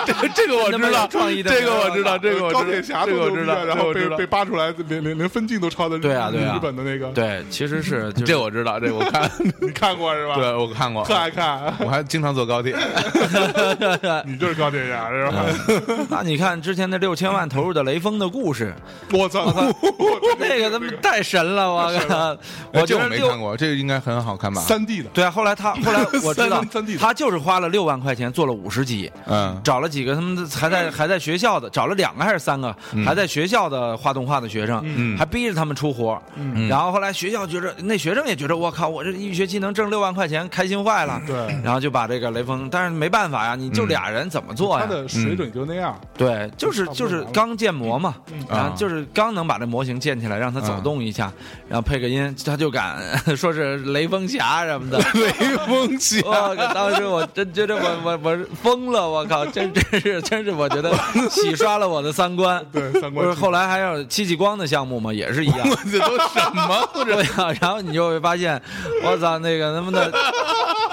S3: 这这个我
S1: 那么
S3: 知
S1: 有
S3: 道，
S1: 创意的
S3: 这个我
S1: 名字
S3: 知道，这个我知道，
S2: 高铁侠
S3: 这
S2: 都
S3: 个我
S2: 牛
S3: 知
S2: 逼
S3: 道，
S2: 了然
S3: 这个
S2: 后
S3: 我
S2: 被
S3: 知道
S2: 被扒出来，连连连分镜都抄的，
S1: 对啊对啊
S2: 日本的那个，
S1: 对，其实是就是
S3: 这我知道，这我看，
S2: 你看过是吧？
S3: 对，我看过，
S2: 特爱看，
S3: 我还经常坐高铁。
S2: 你就是高铁侠是
S3: 嗯
S2: 吧？
S1: 那你看之前那六千万投入的雷锋的故 事，
S2: 我操，
S1: 那个他妈太神了，我靠！
S3: 哎
S1: 我
S3: 这
S1: 觉
S3: 我
S1: 得
S3: 没看
S1: 六
S3: 过，这个应该很好看吧？
S2: 三 D 的，
S1: 对啊，后来他后来我知道
S2: 三 D 地的，
S1: 他就是花了六万块钱做了五十集，
S3: 嗯
S1: 找了几个他们还
S2: 嗯
S1: 在还在学校的，找了两个还是三个还在学校的画动画的学生，
S3: 嗯
S1: 还逼着他们出活，
S2: 嗯
S1: 然后后来学校觉着那学生也觉着我靠，我这一学期能挣六万块钱，开心坏了，
S2: 嗯对嗯
S1: 然后就把这个雷锋，但是没办法呀，你就俩人怎么做
S2: 他
S1: 哦呀？嗯
S2: 的水准就那样。
S1: 对，就是
S2: 差不
S1: 就
S2: 多
S1: 是
S2: 完了嗯
S1: 刚建模嘛，然
S3: 啊
S1: 后就是刚能把这模型建起来，让它走动一下，然后配个音，他就敢 说是雷锋侠什么的。
S3: 雷 锋侠
S1: 我靠！当时我真觉得我我我疯了，我靠！真真是真是，我觉得洗刷了我的三观。
S2: 对三观
S1: 不是
S2: 清
S1: 后来还有戚继光的项目嘛，也是一 样。
S3: 这都什么？
S1: 对呀，然后你就会发现，我操，那个他妈 的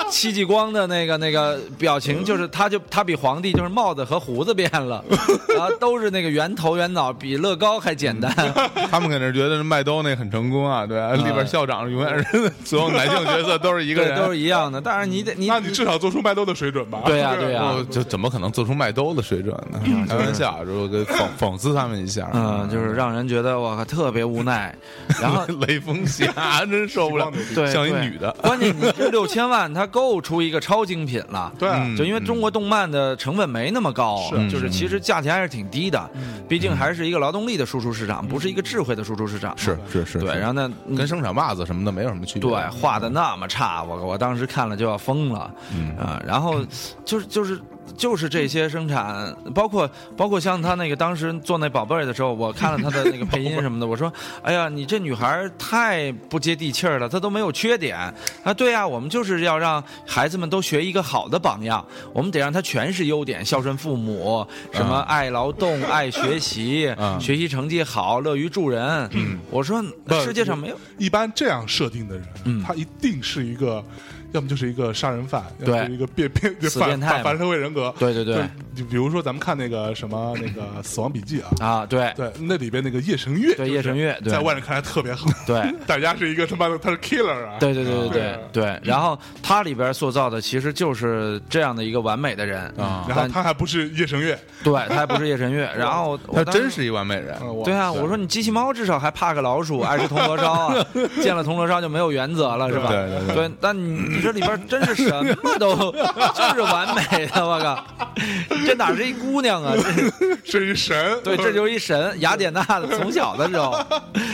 S1: 戚继光的那个那个表情，就是他就他比皇帝就是帽子和胡子变 了，然后都是那个圆头圆脑，比乐高还简 单。
S2: 啊
S3: 他们肯定是觉得麦兜那很成功啊，对吧？里边校长永远是 所有男性角色都是一个
S1: 对，
S3: 人，
S1: 都是一样的，但是你得你
S2: 嗯那你至少做出麦兜的水准吧？
S1: 对呀啊对呀
S3: 我哦就怎么可能做出麦兜的水准呢？开玩笑，我给讽讽刺他们一下。
S1: 嗯，就是让人觉得我靠特别无 奈，然后
S3: 雷锋侠真受不了，
S1: 对
S3: 像一
S1: 对。
S3: 女的
S1: 关键你这六千万，它够出一个超精品 了。
S2: 对啊，
S3: 嗯
S1: 就因为中国动漫的成本没那么高，
S2: 是
S1: 就是其实价钱还是挺低的，
S3: 嗯
S1: 毕竟还是一个劳动力的输出市场，不是一个智慧的输出市场。
S3: 是是是，
S1: 对，
S3: 是
S1: 然后呢，你
S3: 跟生产袜子什么的没有什么区别。
S1: 对画的那么差，我我当时看了就要疯了，啊，然后就是就是。就是这些生产，包括包括像他那个当时做那宝贝儿的时候，我看了他的那个配音什么的，我说，哎呀，你这女孩儿太不接地气儿了，她都没有缺点啊。对呀、我们就是要让孩子们都学一个好的榜样，我们得让她全是优点，孝顺父母，什么爱劳动、爱学习，
S3: 嗯
S1: 学习成绩好，乐于助人。我说世界上没有
S2: 一般这样设定的人，
S1: 嗯
S2: 他一定是一个，要么就是一个杀人犯，要么就是一个变变
S1: 死
S2: 反
S1: 变态
S2: 反
S1: 嘛
S2: 反社会人格。
S1: 对对对
S2: 就，就比如说咱们看那个什么那个《死亡笔记》啊，
S1: 啊， 对
S2: 对，那里边那个夜神月，
S1: 对
S2: 就是
S1: 夜神月对
S2: 在外人看来特别好，
S1: 对，
S2: 大家是一个他妈的他是 killer 啊，
S1: 对对对对
S2: 对
S1: 对对，然后它里边塑造的其实就是这样的一个完美的人啊
S2: 嗯然后
S1: 但
S2: 他还不是夜神月，
S1: 对他还不是夜神月，然后我
S3: 他
S1: 当时
S3: 真是一完美人。
S2: 嗯我
S1: 对啊，我说你机器猫至少还怕个老鼠，爱吃铜锣烧啊，见了铜锣烧就没有原则了是吧？
S3: 对对对对
S1: 但你你这里边真是什么都就是完美的，我靠，这哪是一姑娘啊？ 这
S2: 是一神，
S1: 对，这就是一神，雅典娜的从小的时候。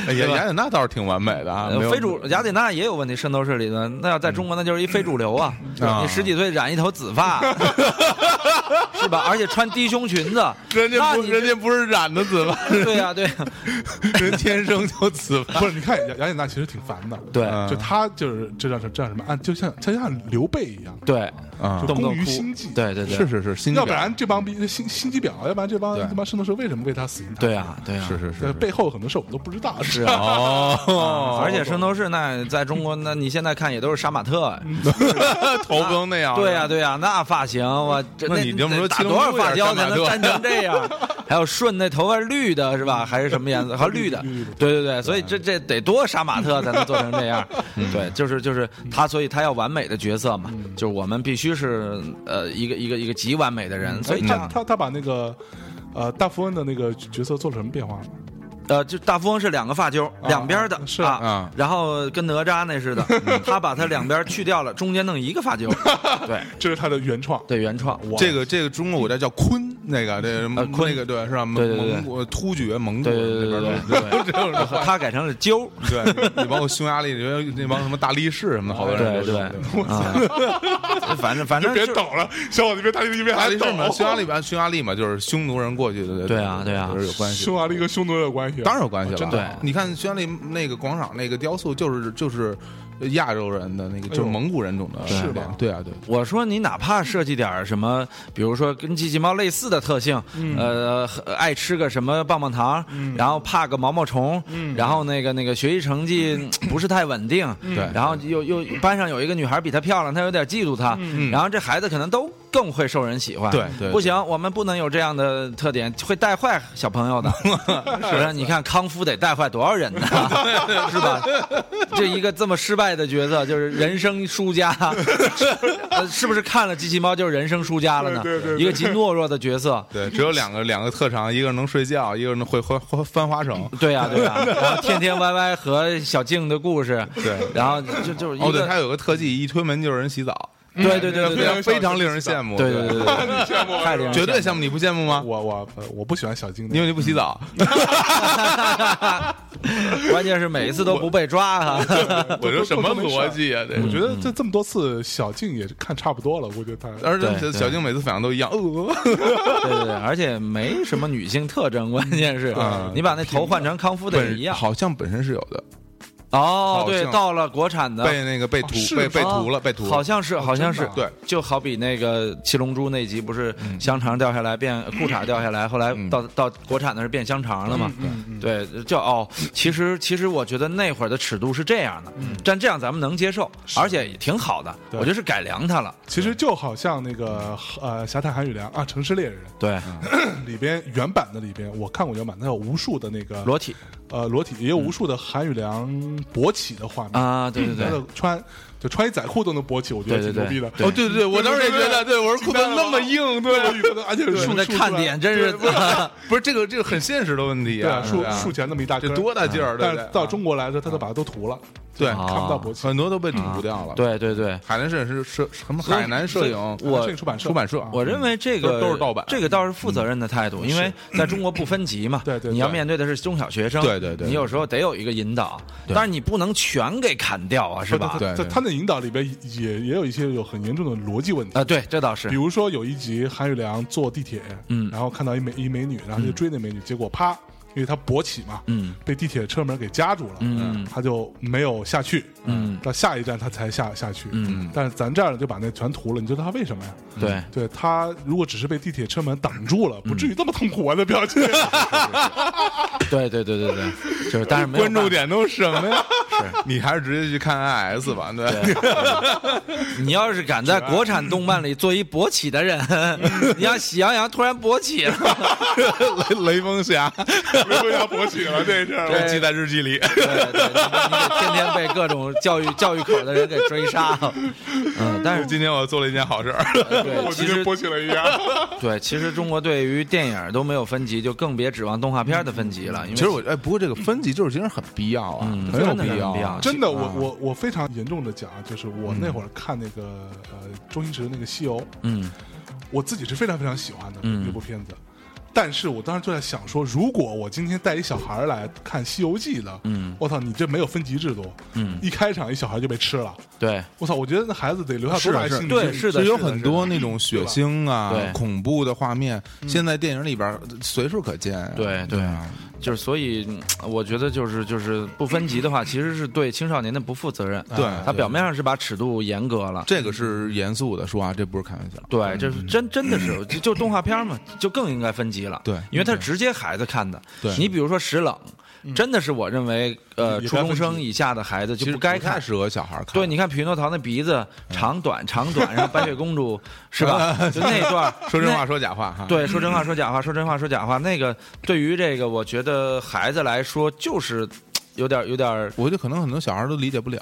S3: 哎雅雅典娜倒是挺完美的啊，
S1: 呃
S3: 没有嗯
S1: 非主雅典娜也有问题，圣斗士里的那要在中国那就是一非主流啊！
S3: 啊
S1: 你十几岁染一头紫发， 是吧？而且穿低胸裙子，
S3: 人家
S1: 那
S3: 不
S1: 你
S3: 人家不是染的 紫发，
S1: 对呀、对呀、啊
S3: 人天生就紫 发。
S2: 不是，你看雅雅典娜其实挺烦 的，
S1: 对、
S3: 嗯
S2: 就他就是这叫什这叫什么按，就像就像刘备一样，
S1: 对，
S3: 啊
S2: 就
S1: 动不
S2: 工
S1: 动
S2: 于
S1: 哭
S2: 心计，
S1: 对对对，
S3: 是是是，心机
S2: 要不
S3: 婊
S2: 然这帮逼心心机婊，要不然这帮
S3: 对
S2: 他妈圣斗士为什么为他死心塌地？
S1: 对啊对啊
S3: 是是
S2: 对，
S3: 是
S2: 背后很多事我们都不知道。
S1: 是
S2: 是
S1: 啊。
S3: 哦，
S1: 而且圣斗士那在中国，那你现在看也都是杀马特，啊
S3: 头不能那样。
S1: 对呀、啊对呀、那发型我这
S3: 那你这么说
S1: 打
S3: 七龙
S1: 多少
S3: 珠也是
S1: 发胶
S3: 杀马
S1: 才能
S3: 特
S1: 粘 成这样？还有顺那头发是绿的是吧？还是什么颜色？还绿的，对对对，所以这这得多杀马特才能做成这 样？对，就是就是他，所以他要完美的角色嘛，就是我们必须是呃一个一个一个极完美的人，所
S2: 哎
S1: 以，这
S2: 他
S3: 嗯
S1: 样
S2: 他他把那个呃大富翁的那个角色做了什么变化吗？
S1: 呃就大富翁是两个发揪，两边的
S2: 是
S1: 啊嗯
S3: 啊，
S1: 然后跟哪吒那似的，他把他两边去掉了，中间弄一个发揪， 对
S2: 这是他的原创。
S1: 对，原创
S3: 这个这个中国古代叫昆，那个这
S1: 呃昆
S3: 那个对是吧？蒙
S1: 对对对对
S3: 蒙古呃突厥蒙古
S1: 对对对
S3: 那
S1: 对
S3: 边
S1: 对对， 对他改成了揪。
S3: 对， 你包括匈牙利那边那帮什么大力士什么的，好多人
S1: 对
S3: 都是
S1: 对，啊， 反正反
S2: 就
S1: 正
S2: 别
S1: 就
S2: 抖了，小伙子别大力，别
S3: 大
S2: 还
S3: 力士嘛，
S2: 抖。
S3: 匈牙利吧，匈牙利嘛，就是匈奴人过去的，
S1: 对啊对啊
S3: 就是有关系。
S2: 匈牙利跟匈奴有关系啊，
S3: 当然有关系了。
S2: 真的
S1: 对
S3: 你看匈牙利那个广场那个雕塑，就是就是亚洲人的那个，就是蒙古人种的，
S2: 是吧
S3: 对啊，对。
S1: 我说你哪怕设计点儿什么，比如说跟机器猫类似的特性，呃，呃爱吃个什么棒棒糖，然后怕个毛毛虫，然后那个那个学习成绩嗯不是太稳定，
S3: 对
S1: 然后又又班上有一个女孩比她漂亮，她有点嫉妒她，然后这孩子可能都更会受人喜欢。
S3: 对对
S1: 啊不行，我们不能有这样的特点，会带坏小朋 友的。我说你看康夫得带坏多少人呢？是吧？这一个这么失败的角色，就是人生输 家，呃是不是看了机器猫就是人生输家了呢？
S2: 对对对对
S1: 一个极懦弱的角色。
S3: 对，只有两个两个特长，一个人能睡觉，一个人能会会会翻花绳。
S1: 对呀、对呀、 然后天天歪歪和小静的故事，
S3: 对
S1: 然后就就是一
S3: 哦，对，
S1: 个
S3: 他有个特技，一推门就有人洗澡。
S1: 对对对对对
S3: 非常令人羡慕，
S1: 对对对对，对
S2: 羡慕
S1: 太令人
S3: 绝对
S1: 羡
S3: 羡慕，你不羡慕吗？
S2: 我我呃我不喜欢小精
S3: 因
S2: 灵，
S3: 为你不洗澡，
S1: 慕。 关键是每一次都不被抓 啊！
S3: 我说什么逻辑啊？这
S2: 我觉
S1: 嗯
S2: 得这这么多次小静也看差不多了，我觉得他
S3: 而且
S1: 对
S3: 小静每次反应都一样，呃，
S1: 对对对，而且没什么女性特征，关键是
S3: 嗯
S1: 你把那头换成康夫的也
S3: 本
S1: 一样。
S3: 好像本身是有的，
S1: 哦，
S3: 好
S1: 对，
S3: 像
S1: 到了国产的
S3: 被那个被涂
S2: 是
S3: 被被
S1: 啊
S3: 涂了，被涂了，
S1: 好像是，好像
S2: 真
S1: 是
S2: 的啊，
S3: 对，
S1: 就好比那个《七龙珠》那集，不是香肠掉下来变裤衩掉下来，后来到到国产的是变香肠了嘛？
S3: 嗯
S1: 对，就哦，其实其实我觉得那会儿的尺度是这样的，但这样咱们能接受，而且也挺好的，我觉得是改良它了。
S2: 其实就好像那个呃《侠探韩雨良》啊，《城市猎人
S1: 对，》
S2: 里边原版的里边，我看过原版，它有无数的那个
S1: 裸体
S2: 呃裸体，也有无数的韩雨良勃起的画面，
S1: 啊，对对
S2: 他
S1: 对
S2: 的穿就穿一仔裤都能勃起，我觉得
S1: 对对
S2: 挺
S1: 对
S2: 牛逼的。
S1: 对
S3: 哦，对对对，我当时也觉得，对我说裤子那么硬，对，
S2: 对，而且是
S1: 你
S2: 竖
S1: 们的
S2: 竖
S1: 看
S2: 出来
S1: 点真是
S2: 对不是
S3: 不是这个这个很现实的问题
S2: 对
S3: 啊
S2: 啊，，竖
S3: 对啊
S2: 竖起来那么一大
S3: 这
S2: 根，啊
S3: 多大劲儿，对
S2: 但
S3: 不对
S1: 啊
S2: 是到中国来的时候，他都把它都涂了，
S3: 对
S2: 看不到勃起。
S3: 很多都被涂掉了，，
S1: 嗯对对对。
S3: 海南摄影师摄什么海南摄影
S1: 我
S2: 摄影出版社
S3: 出版社，
S1: 我认为这个
S3: 都都是盗版嗯
S1: 这个倒是负责任的态度，因为在中国不分级嘛，
S2: 对对对
S1: 你要面对的是中小学生，
S3: 对对对
S1: 你有时候得有一个引导，但是你不能全给砍掉啊，是吧？
S3: 对
S2: 在他的引导里边也也有一些有很严重的逻辑问题
S1: 啊，对，这倒
S2: 比
S1: 是，
S2: 如说有一集韩宇良坐地铁，
S1: 嗯
S2: 然后看到一美一美女，然后就追那美女，结果啪，因为她勃起嘛，
S1: 嗯，
S2: 被地铁车门给夹住了，
S1: 嗯
S2: 他就没有下去，
S1: 嗯
S2: 到下一站他才下下去，
S1: 嗯，
S2: 但是咱这儿就把那全涂了，你知道他为什么呀？
S1: 对，嗯
S2: 对他如果只是被地铁车门挡住了，不至于这么痛苦啊！那表 情，
S1: 对对对 对对，就是但是没有
S3: 关注
S1: 办法，
S3: 点都是什么呀？ 是你还是直接去看 IS 吧，对，
S1: 你要是敢在国产动漫里做一勃起的 人，你让喜羊羊突然勃起了，
S3: 雷雷锋侠，
S2: 没有要勃起了这事儿。
S3: 我记在日记里。
S1: 对对对，你得天天被各种教育教育口的人给追杀，嗯，但是
S3: 今天我做了一件好事儿，
S1: 对，
S2: 我
S1: 其
S2: 今
S1: 实
S2: 天勃起了一样，
S1: 对，其实中国对于电影都没有分级，就更别指望动画片的分级了。因为
S3: 其实我哎，不过这个分级就是其实很必要啊，
S1: 嗯
S3: 很有
S1: 真的很必
S3: 要啊
S1: 要。
S2: 真的，我我我非常严重的讲啊，就是我那会儿看那个呃周星驰的那个《哦西游》，
S1: 嗯
S2: 我自己是非常非常喜欢的
S1: 嗯
S2: 一部片子。但是我当时就在想说，如果我今天带一小孩儿来看《西游记》了，
S1: 嗯
S2: 我操，你这没有分级制度，
S1: 嗯，
S2: 一开场一小孩就被吃了，
S1: 对
S2: 我操，我觉得那孩子得留下多大心理
S1: 对
S2: 建设
S1: 是的
S3: 就有
S1: 是的
S3: 很多那种血腥啊
S1: 对、
S3: 恐怖的画面，现在电影里边儿随处可见啊。
S1: 对对
S3: 啊，
S1: 就是所以，嗯我觉得就是就是不分级的话，其实是对青少年的不负责任。
S3: 对
S1: 他表面上是把尺度严格了。
S3: 这个是严肃的说啊，这不是开玩笑。
S1: 对，这是真真的 是就就动画片嘛，就更应该分级了。
S3: 对
S1: 因为它是直接孩子看的。
S3: 对嗯
S1: 你比如说《石冷》，真的是我认为，呃，
S2: 也该
S1: 初中
S2: 分
S1: 生以下的孩子
S3: 其
S1: 就
S3: 实
S1: 不该
S3: 太
S1: 看。
S3: 适合小孩儿看。
S1: 对，你看匹诺曹那鼻子长短长 短，然后白雪公主是吧？就那段儿，
S3: 说真
S1: 那
S3: 话说假话哈。
S1: 对，说真话，说假话，说真话，说假话。那个对于这个，我觉得孩子来说，就是有点儿有点儿，
S3: 我觉得可能很多小孩儿都理解不了，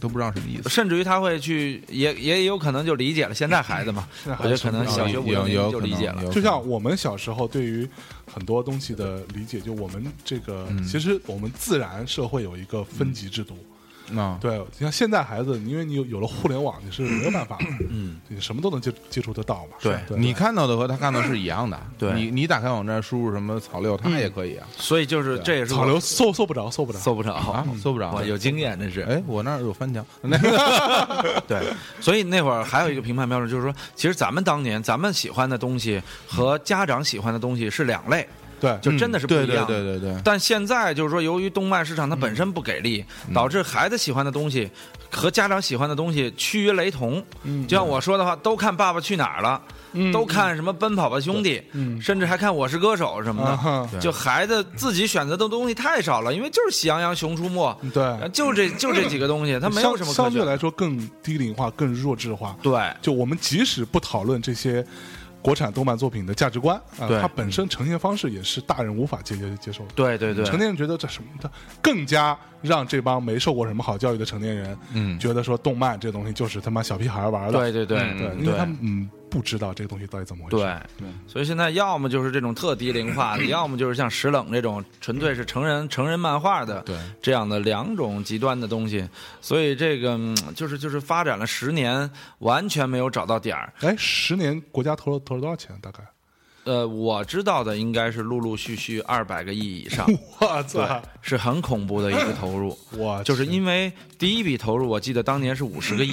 S3: 都不知道什么意思。
S1: 甚至于他会去，也也有可能就理解了。现在孩子嘛，
S2: 在孩
S1: 我
S2: 子
S1: 觉得可能
S2: 成
S1: 小
S2: 长
S1: 学五六
S3: 有
S1: 年级
S3: 有
S1: 就
S3: 可
S1: 理
S3: 能
S1: 解了。
S3: 有
S2: 就像我们小时候对于很多东西的理解，就我们这个，
S3: 嗯
S2: 其实我们自然社会有一个分级制
S1: 嗯
S2: 度。
S3: 啊，
S2: 对，你像现在孩子，因为你有有了互联网，你是没有办法，嗯，你什么都能接接触得到嘛。
S1: 对
S2: 对
S3: 你看到的和他看到是一样的。
S1: 对
S3: 你你打开网站输入什么草六，他也可以啊。
S1: 所以就是这也是
S2: 草
S1: 我
S2: 流搜搜不着，搜不着。
S1: 搜不着
S3: 啊，搜不着
S1: 嗯我有嗯经验，这是。
S3: 哎，我那儿有翻墙，那个
S1: 对，所以那会儿还有一个评判标准，就是说，其实咱们当年咱们喜欢的东西和家长喜欢的东西是两类，
S2: 对，
S1: 就真的是不一样的。
S3: 对对对对对
S1: 但现在就是说，由于动漫市场它本身不给力，
S2: 嗯
S1: 导致孩子喜欢的东西和家长喜欢的东西趋于雷同。
S2: 嗯
S1: 就像我说的话，都看《爸爸去哪儿》了。都看什么《奔跑吧兄弟》
S2: 嗯
S1: 甚至还看《我是歌手》什么
S2: 啊哈
S1: 的，就孩子自己选择的东西太少了，因为就是《喜羊羊》《熊出没》
S2: 对
S1: 呃，就这就这几个东西，它没有
S2: 相
S1: 什么可
S2: 相对
S1: 选
S2: 来说更低龄化、更弱智化。
S1: 对
S2: 就我们即使不讨论这些国产动漫作品的价值观啊，
S1: 对
S2: 它本身呈现方式也是大人无法接接接受的。
S1: 对对对，
S2: 成年人觉得这什么的，更加让这帮没受过什么好教育的成年人，
S3: 嗯
S2: 觉得说动漫这东西就是他妈小屁孩玩的，
S1: 对对对
S3: 嗯
S2: 对，因为
S1: 对
S2: 他们嗯不知道这个东西到底怎么回事。
S1: 对，所以现在要么就是这种特低龄化 的，要么就是像石冷这种纯粹是成人成人漫画的，
S3: 对
S1: 这样的两种极端的东西。所以这个嗯就是就是发展了十年，完全没有找到点儿。
S2: 哎，十年国家投了投了多少钱？大概？
S1: 呃，我知道的应该是陆陆续续二百个亿以上，
S2: 我
S1: 对
S2: 操！，
S1: 是很恐怖的一个投 入。
S2: 我
S1: 啊就是嗯
S2: 去
S1: 因为第一笔投入，我记得当年是五十个亿，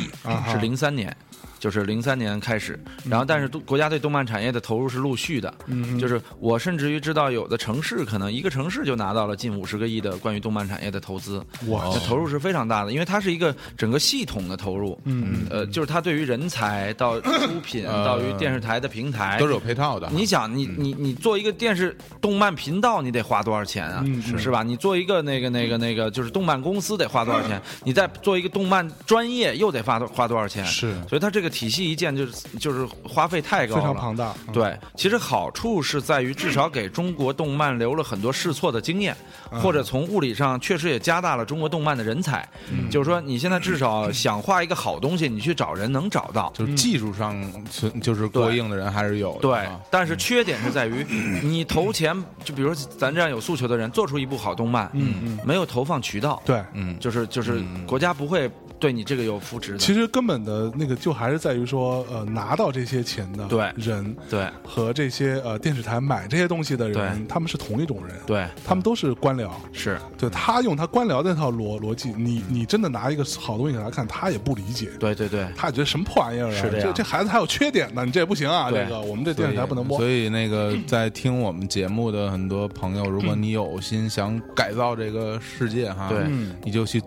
S1: 是零三年。就是零三年开始，然后但是都国家对动漫产业的投入是陆续的，
S2: 嗯
S1: 就是我甚至于知道有的城市可能一个城市就拿到了近五十个亿的关于动漫产业的投资，
S2: 哇
S1: 这投入是哦非常大的，因为它是一个整个系统的投入，嗯，呃，就是它对于人才到出品到于电视台的平台
S3: 都是有配套的。
S1: 你想，你你你做一个电视动漫频道，你得花多少钱啊？是吧？你做一个那个那个那个，就是动漫公司得花多少钱？你再做一个动漫专业，又得花多花多少钱？
S2: 是
S1: 所以它这个体系一建就是就是花费太高
S2: 非
S1: 了，
S2: 常庞大。嗯，
S1: 对，其实好处是在于至少给中国动漫留了很多试错的经验，或者从物理上确实也加大了中国动漫的人才。就是说，你现在至少想画一个好东西，你去找人能找到。
S3: 就是技术上存就是过硬的人还是有的
S1: 对
S3: 啊，
S1: 但是缺点是在于，你投钱，就比如说咱这样有诉求的人，做出一部好动漫，嗯嗯，没有投放渠道，，
S2: 对，
S3: 嗯，
S1: 就是就是国家不会对你这个有扶持的，
S2: 其实根本的那个就还是在于说，呃，拿到这些钱的
S1: 对
S2: 人，
S1: 对
S2: 和这些呃电视台买这些东西的人，
S1: 对
S2: 他们是同一种人，
S1: 对
S2: 他们都是官僚。
S1: 是，
S2: 对他用他官僚的那套逻逻辑，你你真的拿一个好东西给他看，他也不理解，
S1: 嗯对对对，
S2: 他也觉得什么破玩意儿啊！
S1: 是这样
S2: 这这孩子还有缺点呢，你这也不行啊！
S1: 对
S2: 这个我们这
S3: 所
S2: 电
S3: 以
S2: 视台不能播。
S3: 所以那个在听我们节目的很多朋友，如果你有心想改造这个世界哈，
S1: 对，嗯
S3: 你就去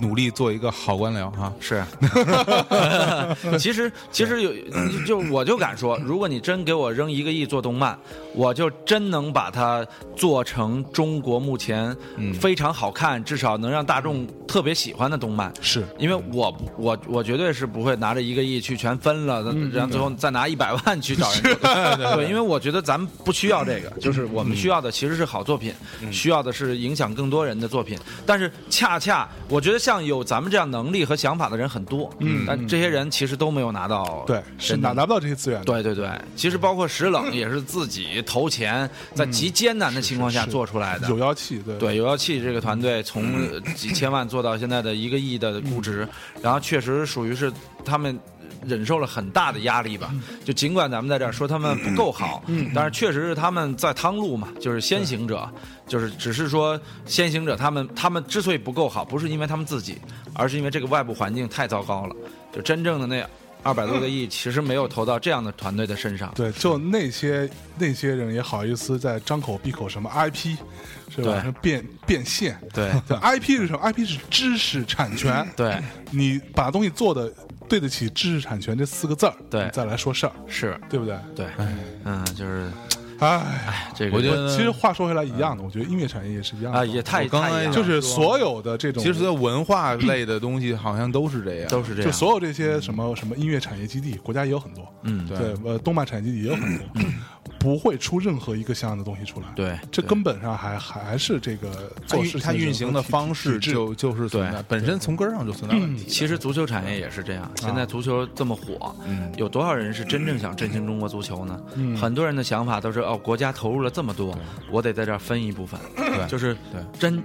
S3: 努力做一个好官僚哈。
S1: 是， 其实其实有就我就敢说，如果你真给我扔一个亿做动漫，我就真能把它做成中国目前非常好看，至少能让大众特别喜欢的动漫。
S2: 是
S1: 因为我不我我绝对是不会拿着一个亿去全分了，然后最后再拿一百万去找人做。对，因为我觉得咱们不需要这个，就是我们需要的其实是好作品，需要的是影响更多人的作品。但是恰恰我觉得像有咱们这样能力和想法的人很多，嗯，但这些人其实都没有拿到
S2: 对，是
S1: 真的
S2: 拿拿不到这些资源的。
S1: 对对对，其实包括石冷也是自己投钱，在极艰难的情况下
S2: 是
S1: 做出来的。
S2: 有妖气，对
S1: 对，有妖气这个团队从呃几千万做到现在的一个亿的估值，
S3: 嗯
S1: 然后确实属于是他们。忍受了很大的压力
S3: 嗯
S1: 吧，就尽管咱们在这儿说他们不够好，但是确实是他们在趟路嘛，就是先行者，就是只是说先行者他们他们之所以不够好，不是因为他们自己，而是因为这个外部环境太糟糕了。就真正的那二百多个亿，其实没有投到这样的团队的身上。
S2: 对，就那些那些人也好意思在张口闭口什么 IP，是吧？
S1: 对
S2: 什么变变现，
S1: 对
S2: IP 是什么？IP 是知识产权，
S1: 对，
S2: 你把东西做的对得起知识产权这四个字儿，
S1: 对
S2: 你再来说事儿，
S1: 是，
S2: 对不对？
S1: 对，嗯，就是
S2: 哎，
S1: 这个，
S3: 我觉得
S2: 我其实话说回来一样的，我觉得音乐产业也是一样的
S1: 啊，也太
S3: 我刚
S1: 太一
S3: 才
S1: 样了
S2: 就是所有的这种，
S3: 其实所有文化类的东西好像都是这样，
S1: 都是这
S2: 就
S1: 样，
S2: 所有这些什么什么音乐产业基地，国家也有很多，
S1: 嗯
S2: 对，呃，动漫产业基地也有 很多，不会出任何一个像样的东西出来。
S1: 对
S2: 这
S1: 对
S2: 根本上还还是这个
S3: 它
S2: 做事
S3: 运
S2: 情
S3: 它运行的方式
S2: 嗯
S3: 就就是存在，本身从根儿上就存在问题。
S1: 其实足球产业也是这样，现
S3: 啊
S1: 在足球这么火，
S3: 嗯
S1: 有多少人是真正想振兴中国足球呢？很多人的想法都是哦，国家投入了这么多，我得在这儿分一部分，就是真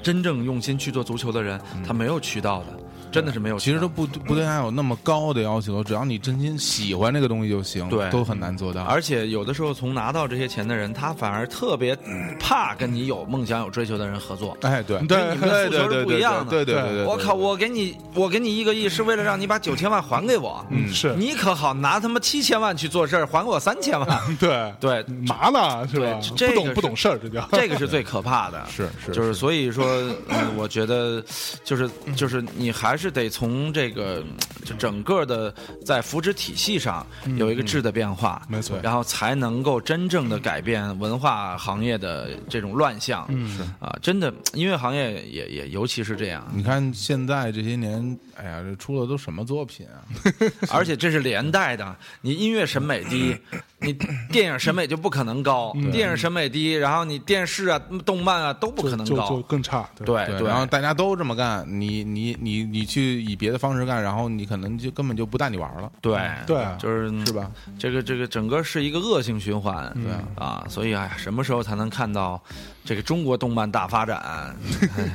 S1: 真正用心去做足球的人，他没有渠道的，真的是没有
S3: 嗯其
S1: 渠
S3: 实
S1: 道
S3: 都
S1: 的。
S3: 不不对他有那么高的要求，只要你真心喜欢这个东西就行，
S1: 对
S3: 都很难做到。
S1: 而且有的时候，从拿到这些钱的人，他反而特别怕跟你有梦想、有追求的人合作。
S3: 哎，对，
S2: 对
S1: 跟你们的诉求是不一样的。
S3: 对对对对对对对
S1: 我靠，我给你，我给你一个亿，是为了让你把九千万还给我。
S2: 嗯 是
S1: 你可好，拿他妈七千万去做事儿，还我三千万。
S2: 对
S1: 对
S2: 麻了是吧？
S1: 这这个
S2: 不懂
S1: 是
S2: 不懂事儿，这叫
S1: 这个是最可怕的，
S3: 是是
S1: 就是所以说，嗯我觉得，就是就是你还是得从这个嗯就整个的在扶持体系上有一个质的变化，
S2: 没错
S1: 然后才能够真正的改变文化行业的这种乱象，嗯，啊，真的音乐行业也也尤其是这样，
S3: 你看现在这些年，哎呀，这出的都什么作品啊？
S1: 而且这是连带的，你音乐审美低，你电影审美就不可能高，
S2: 嗯
S1: 电影审美低，然后你电视啊、动漫啊都不可能
S2: 就就
S1: 高，
S2: 更差。
S1: 哎对对，
S3: 然后大家都这么干，你你你你你去以别的方式干，然后你可能就根本就不带你玩了。
S1: 对
S2: 对啊
S1: 就是
S3: 是吧？
S1: 这个这个整个是一个恶性循环，
S2: 嗯
S1: 对啊，所以哎呀，什么时候才能看到这个中国动漫大发展？ 哎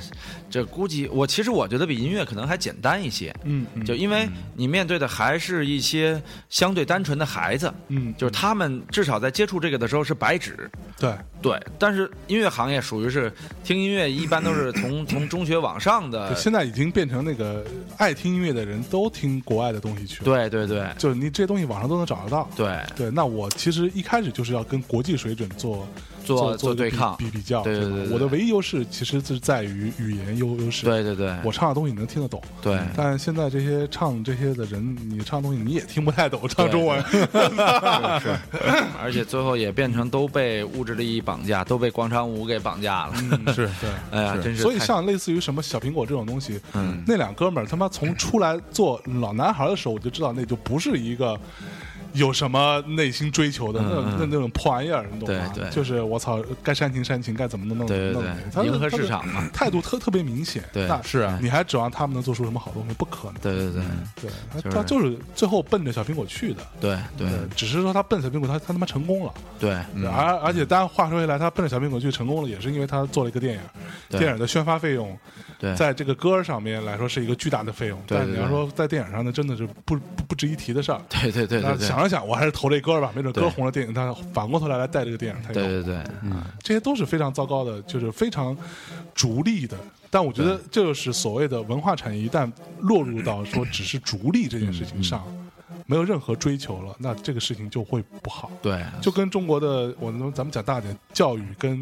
S1: 这估计我其实我觉得比音乐可能还简单一些，
S2: 嗯嗯
S1: 就因为你面对的还是一些相对单纯的孩子，
S2: 嗯
S1: 就是他们至少在接触这个的时候是白纸，
S2: 对
S1: 对，但是音乐行业属于是听音乐一般都是从从中学往上的
S2: 就，现在已经变成那个爱听音乐的人都听国外的东西去了，，
S1: 对对对
S2: 就是你这些东西网上都能找得到。
S1: 对，
S2: 对，那我其实一开始就是要跟国际水准做
S1: 做
S2: 做
S1: 做对抗
S2: 比比比较。
S1: 对对
S2: 吧
S1: 对对
S2: 我的唯一优势其实是在于语言优优势。，
S1: 对对对，
S2: 我唱的东西你能听得懂。
S1: 哎对
S2: 但现在这些唱这些的人，你唱东西你也听不太懂，唱中文。
S1: 而且最后也变成都被物质利益绑架，都被广场舞给绑架了。
S3: 是，
S2: 对。
S1: 哎呀，
S3: 是
S1: 真是太。
S2: 所以像类似于什么小苹果这种东西，
S1: 嗯
S2: 那俩哥们儿他妈从出来做老男孩的时候，我就知道那就不是一个有什么内心追求的那种
S1: 嗯嗯
S2: 那那种破玩意儿，你懂吗？
S1: 对对
S2: 就是我操，该煽情煽情，该怎么弄弄
S1: 对对
S2: 弄
S1: 对
S2: 怎么他的
S1: 迎合
S2: 他的
S1: 市场嘛
S2: 态度特特别明显。
S1: 对
S2: 那
S3: 是啊
S2: 你还指望他们能做出什么好东西？不可能。
S1: 对对对
S2: 对，
S1: 就
S2: 他
S1: 是
S2: 他就是最后奔着小苹果去的。
S1: 对对
S2: 对，只是说他奔小苹果，他他他妈成功了。
S1: 对
S2: 对而而且，当然话说回来，他奔着小苹果去成功了，也是因为他做了一个电影，
S1: 对
S2: 电影的宣发费用
S1: 对，
S2: 在这个歌上面来说是一个巨大的费用，
S1: 对对
S2: 但你要说在电影上呢，真的是不不不值一提的事儿。
S1: 对对对对
S2: 那
S1: 对
S2: 想了想，我还是投这歌吧，没准歌
S1: 对
S2: 红了，电影它反过头来来带这个电影，它
S1: 对
S2: 有
S1: 对对，
S2: 这些都是非常糟糕
S3: 嗯
S2: 的，就是非常逐利的。但我觉得这就是所谓的文化产业，一旦落入到说只是逐利这件事
S3: 嗯
S2: 情上，没有任何追求了，那这个事情就会不好。
S1: 对
S3: 嗯
S2: 就跟中国的我们咱们讲大点，教育跟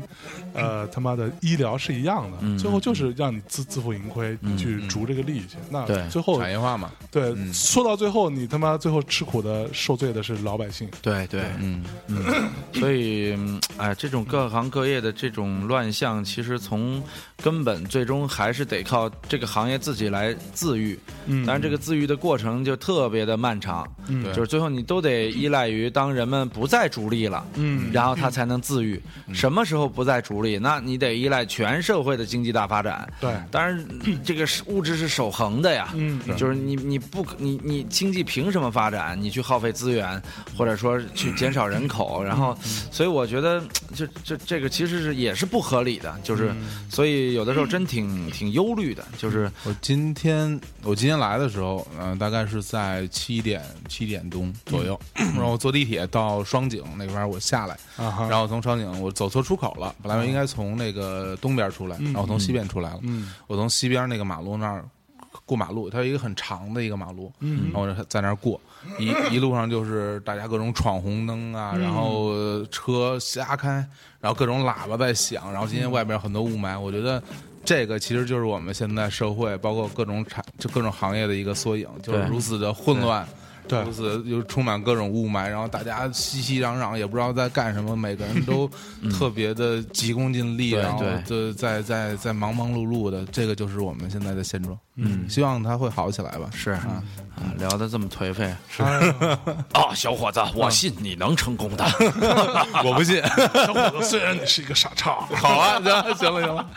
S3: 嗯
S2: 呃他妈的医疗是一样的，最后就是让你自自负盈亏，你
S3: 嗯
S2: 去逐这个利去。那
S1: 对
S2: 最后
S3: 产业嗯化嘛，
S2: 对说到最后，你他妈最后吃苦的、受罪的是老百姓。
S1: 对对，
S3: 嗯，
S1: 所以嗯哎，这种各行各业的这种乱象，其实从根本最终还是得靠这个行业自己来自愈。
S2: 嗯
S1: 但是这个自愈的过程就特别的漫长，
S2: 嗯
S1: 就是最后你都得依赖于当人们不再逐利了，
S2: 嗯
S1: 然后他才能自愈。什么时候不再逐利？那你得依赖全社会的经济大发展。
S2: 对
S1: 当然这个是物质是守恒的呀，
S2: 嗯是
S1: 就是你你不可你你经济凭什么发展？你去耗费资源，或者说去减少人口，然
S2: 嗯
S1: 后，所以我觉得这这这个其实是也是不合理的，就是，
S2: 嗯
S1: 所以有的时候真挺挺忧虑的，就是
S3: 我今天我今天来的时候，嗯、大概是在七点七点钟左右， 然后我坐地铁到双井那边，我下来，
S2: 嗯啊哈，啊
S3: 然后从双井我走错出口了，本来我应该从那个东边出来，然后从西边出来了，
S2: 嗯
S3: 我从西边那个马路那儿过马路，它有一个很长的一个马路，然后我就在那儿过，一一路上就是大家各种闯红灯啊，然后车瞎开，然后各种喇叭在响，然后今天外边很多雾霾，我觉得。这个其实就是我们现在社会，包括各种产，就各种行业的一个缩影，就是
S1: 对
S3: 如此的混乱，
S2: 对
S3: 如此就充满各种雾霾，然后大家熙熙攘攘，也不知道在干什么，每个人都特别的急功近利，
S1: 对
S3: 然后
S1: 对
S3: 就在在在忙忙碌碌的，这个就是我们现在的现状。
S1: 嗯
S3: 希望它会好起来吧。
S1: 是
S2: 嗯
S1: 啊，聊得这么颓废，
S2: 哎
S1: 哦
S5: 啊，小伙子，
S2: 嗯
S5: 我信你能成功的。
S3: 我不信。
S2: 小伙子，虽然你是一个傻叉，
S3: 好啊，行行了行了，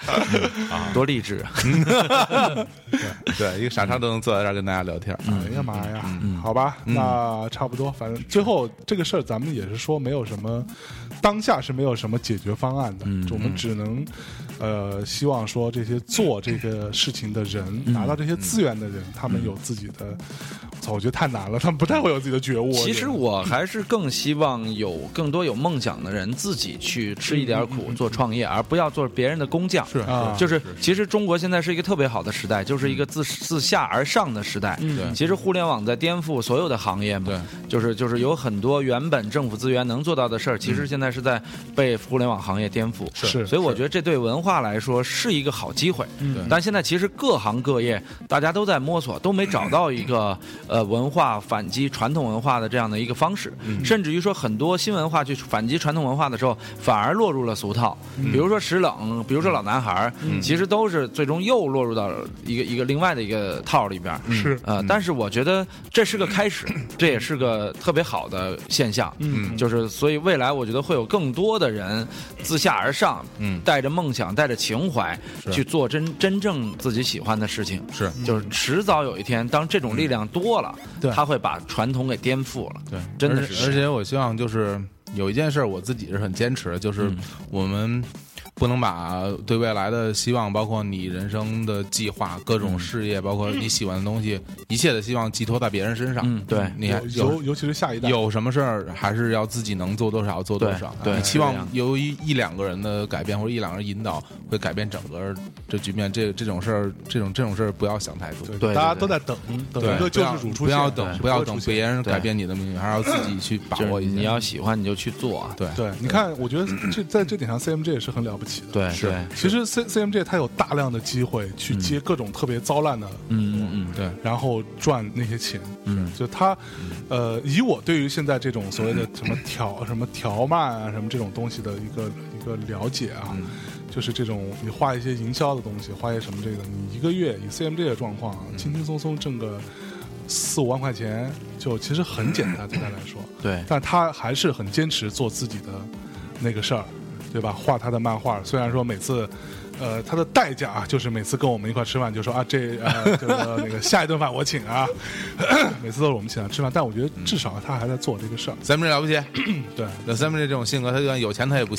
S1: 多励志啊。
S3: 对，一个傻叉都能坐在这儿啊跟大家聊天。
S1: 嗯
S2: 哎呀妈呀，好吧，那差不多，反正最后这个事儿咱们也是说没有什么，当下是没有什么解决方案的，我们只能呃希望说这些做这个事情的人，拿到这些资源的人，他们有自己的，操，我觉得太难了，他们不太会有自己的觉悟。
S1: 其实我还是更希望有更多有梦想的人自己去吃一点苦做创业，而不要做别人的工匠。
S3: 是
S2: 啊
S1: 就是其实中国现在是一个特别好的时代，就是一个自自下而上的时代。
S3: 对
S1: 其实互联网在颠覆所有的行业嘛。
S3: 对，
S1: 就是就是有很多原本政府资源能做到的事儿，其实现在是在被互联网行业颠覆。
S2: 是
S1: 所以我觉得这对文化来说是一个好机会。
S2: 嗯
S3: 对
S1: 但现在其实各行各业大家都在摸索，都没找到一个
S2: 嗯
S1: 呃文化反击传统文化的这样的一个方式，
S2: 嗯
S1: 甚至于说很多新文化去反击传统文化的时候，反而落入了俗套。
S2: 嗯
S1: 比如说石冷，比如说老男孩儿，其实都是最终又落入到一个一个另外的一个套里边儿。
S3: 嗯
S2: 是
S1: 呃，但是我觉得这是个开始，这也是个特别好的现象。嗯，就是所以未来我觉得会有更多的人自下而上，
S3: 嗯
S1: 带着梦想，带着情怀去做真真正自己喜欢的事情。
S3: 是
S1: 就是迟早有一天，当这种力量多了，
S3: 对
S1: 他会把传统给颠覆了。
S3: 对，
S1: 真的
S3: 而且
S1: 是
S3: 而且我希望就是有一件事，我自己是很坚持的，
S1: 嗯
S3: 就是我们不能把对未来的希望，包括你人生的计划、各种
S1: 嗯
S3: 事业，包括你喜欢的东西，一切的希望寄托在别人身上。
S1: 嗯对
S3: 你还
S2: 尤尤其是下一代，
S3: 有什么事儿还是要自己能做多少做多少。啊
S1: 对对
S3: 你期
S1: 是这
S3: 望
S1: 样
S3: 由一一两个人的改变或者一两个人引导，会改变整个这局面。这这种事儿，这种这种事儿不要想太多。
S1: 对
S2: 大家
S1: 对
S2: 都在等等
S3: 对
S2: 一个救世主出现，
S3: 不要等，不要等
S2: 出现
S3: 别人
S1: 对
S3: 改变你的命运，还是要自己去把
S1: 就
S3: 握
S1: 是
S3: 一下。
S1: 你要喜欢你就去做啊。
S3: 嗯对
S2: 对，你看，我觉得这在这点上，CMJ 也是很了不起的。，
S1: 对
S3: 是
S1: 对，
S2: 其实 C CMJ 它有大量的机会去接各种特别糟烂的，
S1: 嗯嗯
S3: 对，
S2: 然后赚那些钱。
S1: 嗯
S2: 就他，呃，以我对于现在这种所谓的什么条嗯 什么条漫啊，什么这种东西的一个一个了解啊，就是这种你画一些营销的东西，画一些什么这个，你一个月以 CMJ 的状况啊，轻轻松松挣个四五万块钱，就其实很简 单，对他来说。
S1: 嗯，对
S2: 但他还是很坚持做自己的那个事儿，对吧？画他的漫画，虽然说每次。呃，他的代价啊，就是每次跟我们一块吃饭，就说啊，这呃， 这个那个下一顿饭我请啊， 每次都是我们请他吃饭。但我觉得至少他还在做这个事儿，
S3: 咱们这了不起，
S2: 对，
S3: 那咱们这这种性格，他就算有钱他也不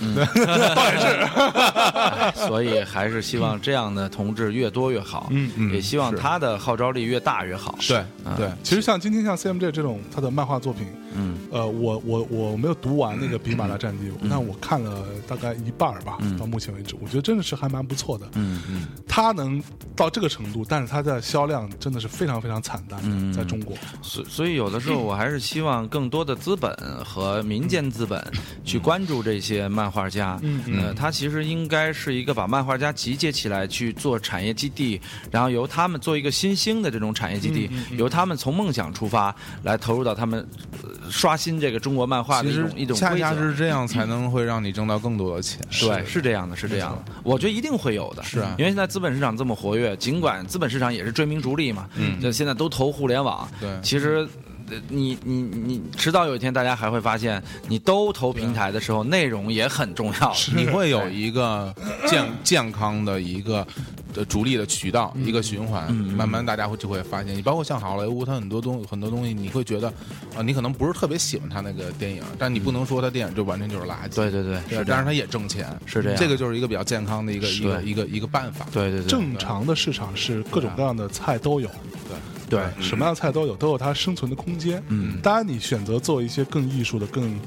S1: 嗯
S3: 请。
S1: 哎 所以还是希望这样的同志越多越好。嗯嗯，也希望他的号召力越大越好。
S3: 对对，
S2: 其实像今天像 CMJ 这种他的漫画作品，嗯，呃，我我我没有读完那个《比马拉战地》，那我看了大概一半儿吧，到目前为止，我觉得真的是还蛮不错的。嗯嗯，他能到这个程度，但是他的销量真的是非常非常惨淡的，在中国。
S1: 所所以有的时候我还是希望更多的资本和民间资本去关注这些漫画家。嗯呃，他其实应该是一个把漫画家集结起来去做产业基地，然后由他们做一个新兴的这种产业基
S3: 嗯
S1: 地，由他们从梦想出发来投入到他们呃刷新这个中国漫画的一
S3: 其实
S1: 种一种
S3: 恰
S1: 规
S3: 恰
S1: 则。
S3: 是这样，才能会让你挣到更多的钱。
S1: 对，是这样的，是这样的，我觉得一定会有的。是
S3: 啊
S1: 因为现在资本市场这么活跃，尽管资本市场也是追名逐利嘛，嗯，就现在都投互联网，
S3: 对
S1: 其实。呃你你你，迟早有一天，大家还会发现，你都投平台的时候，内容也很重要。
S3: 你会有一个健 健康的一个呃逐利的渠道，一个循环，慢慢大家会就会发现，你包括像好莱坞，它很多东很多东西，你会觉得，啊，你可能不是特别喜欢它那个电影，但你不能说它电影就完全就是垃圾。
S1: 对对对，
S3: 对
S1: 是这
S3: 但
S1: 样
S3: 是它也挣钱，
S1: 是这样
S3: 这个就是一个比较健康的一个一个
S1: 对
S3: 一个一个办法。
S1: 对对对，
S2: 正常的市场是各种各样的菜都有，
S1: 对
S2: 什么样的菜都有，都有它生存的空间。嗯，当然你选择做一些更艺术的、更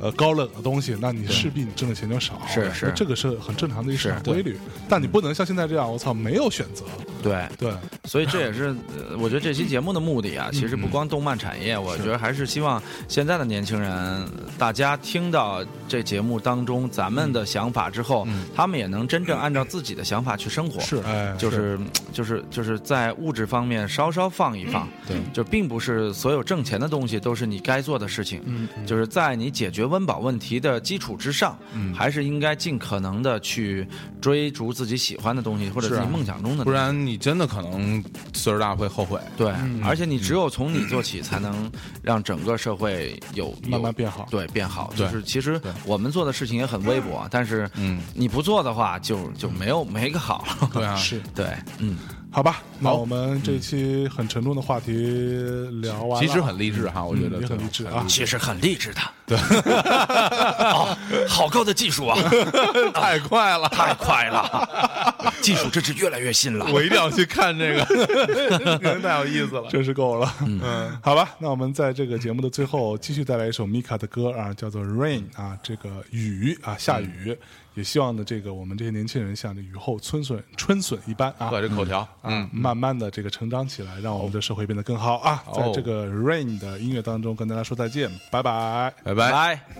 S2: 呃高冷的东西，那你势必你挣的钱就少。
S1: 是
S2: 那
S1: 是
S2: 这个是很正常的一个市场
S1: 是
S2: 规律。但你不能像现在这样，我操，没有选择。
S1: 对，
S2: 对，
S1: 所以这也是呃我觉得这期节目的目的啊。其实不光动漫产业，我觉得还是希望现在的年轻人，大家听到这节目当中咱们的想法之后，他们也能真正按照自己的想法去生活。
S2: 是，哎，
S1: 嗯就是就是就是在物质方面稍稍放一放，嗯对，就并不是所有挣钱的东西都是你该做的事情，嗯，就是在你解决温饱问题的基础之上，嗯，还是应该尽可能的去追逐自己喜欢的东西或者
S3: 是
S1: 自
S3: 啊
S1: 己梦想中的东西，
S3: 不然你真的可能岁数大会后悔。
S1: 对，
S5: 嗯
S1: 而且你只有从你做起，才能让整个社会有
S5: 嗯
S2: 慢慢
S1: 有
S2: 变好
S1: 对，变好。
S3: 对
S1: 就是其实我们做的事情也很微薄，但是
S3: 嗯
S1: 你不做的话，就
S5: 嗯
S1: 就没有没个好。
S3: 对啊，
S2: 是，
S1: 对，嗯，
S2: 好吧，那我们这期很沉重的话题聊完了，
S3: 其实很励志哈，我觉得
S2: 也很励志啊。
S5: 其实很励志的。对， 哦，好高的技术啊，
S3: 太快了。
S5: 太快了，技术真是越来越新了。
S3: 我一定要去看这个， 真太有意思了。
S2: 真是够了，嗯，好吧，那我们在这个节目的最后继续带来一首 Mika 的歌啊，叫做《Rain》啊，这个雨啊，下雨，
S3: 嗯
S2: 也希望呢，这个我们这些年轻人像这雨后春笋春笋一般啊
S3: 我，这口条，嗯，
S2: 啊，慢慢的这个成长起来，让我们的社会变得更好啊，在这个《Rain》的音乐当中跟大家说再见，拜拜。
S3: 拜拜。
S1: 拜。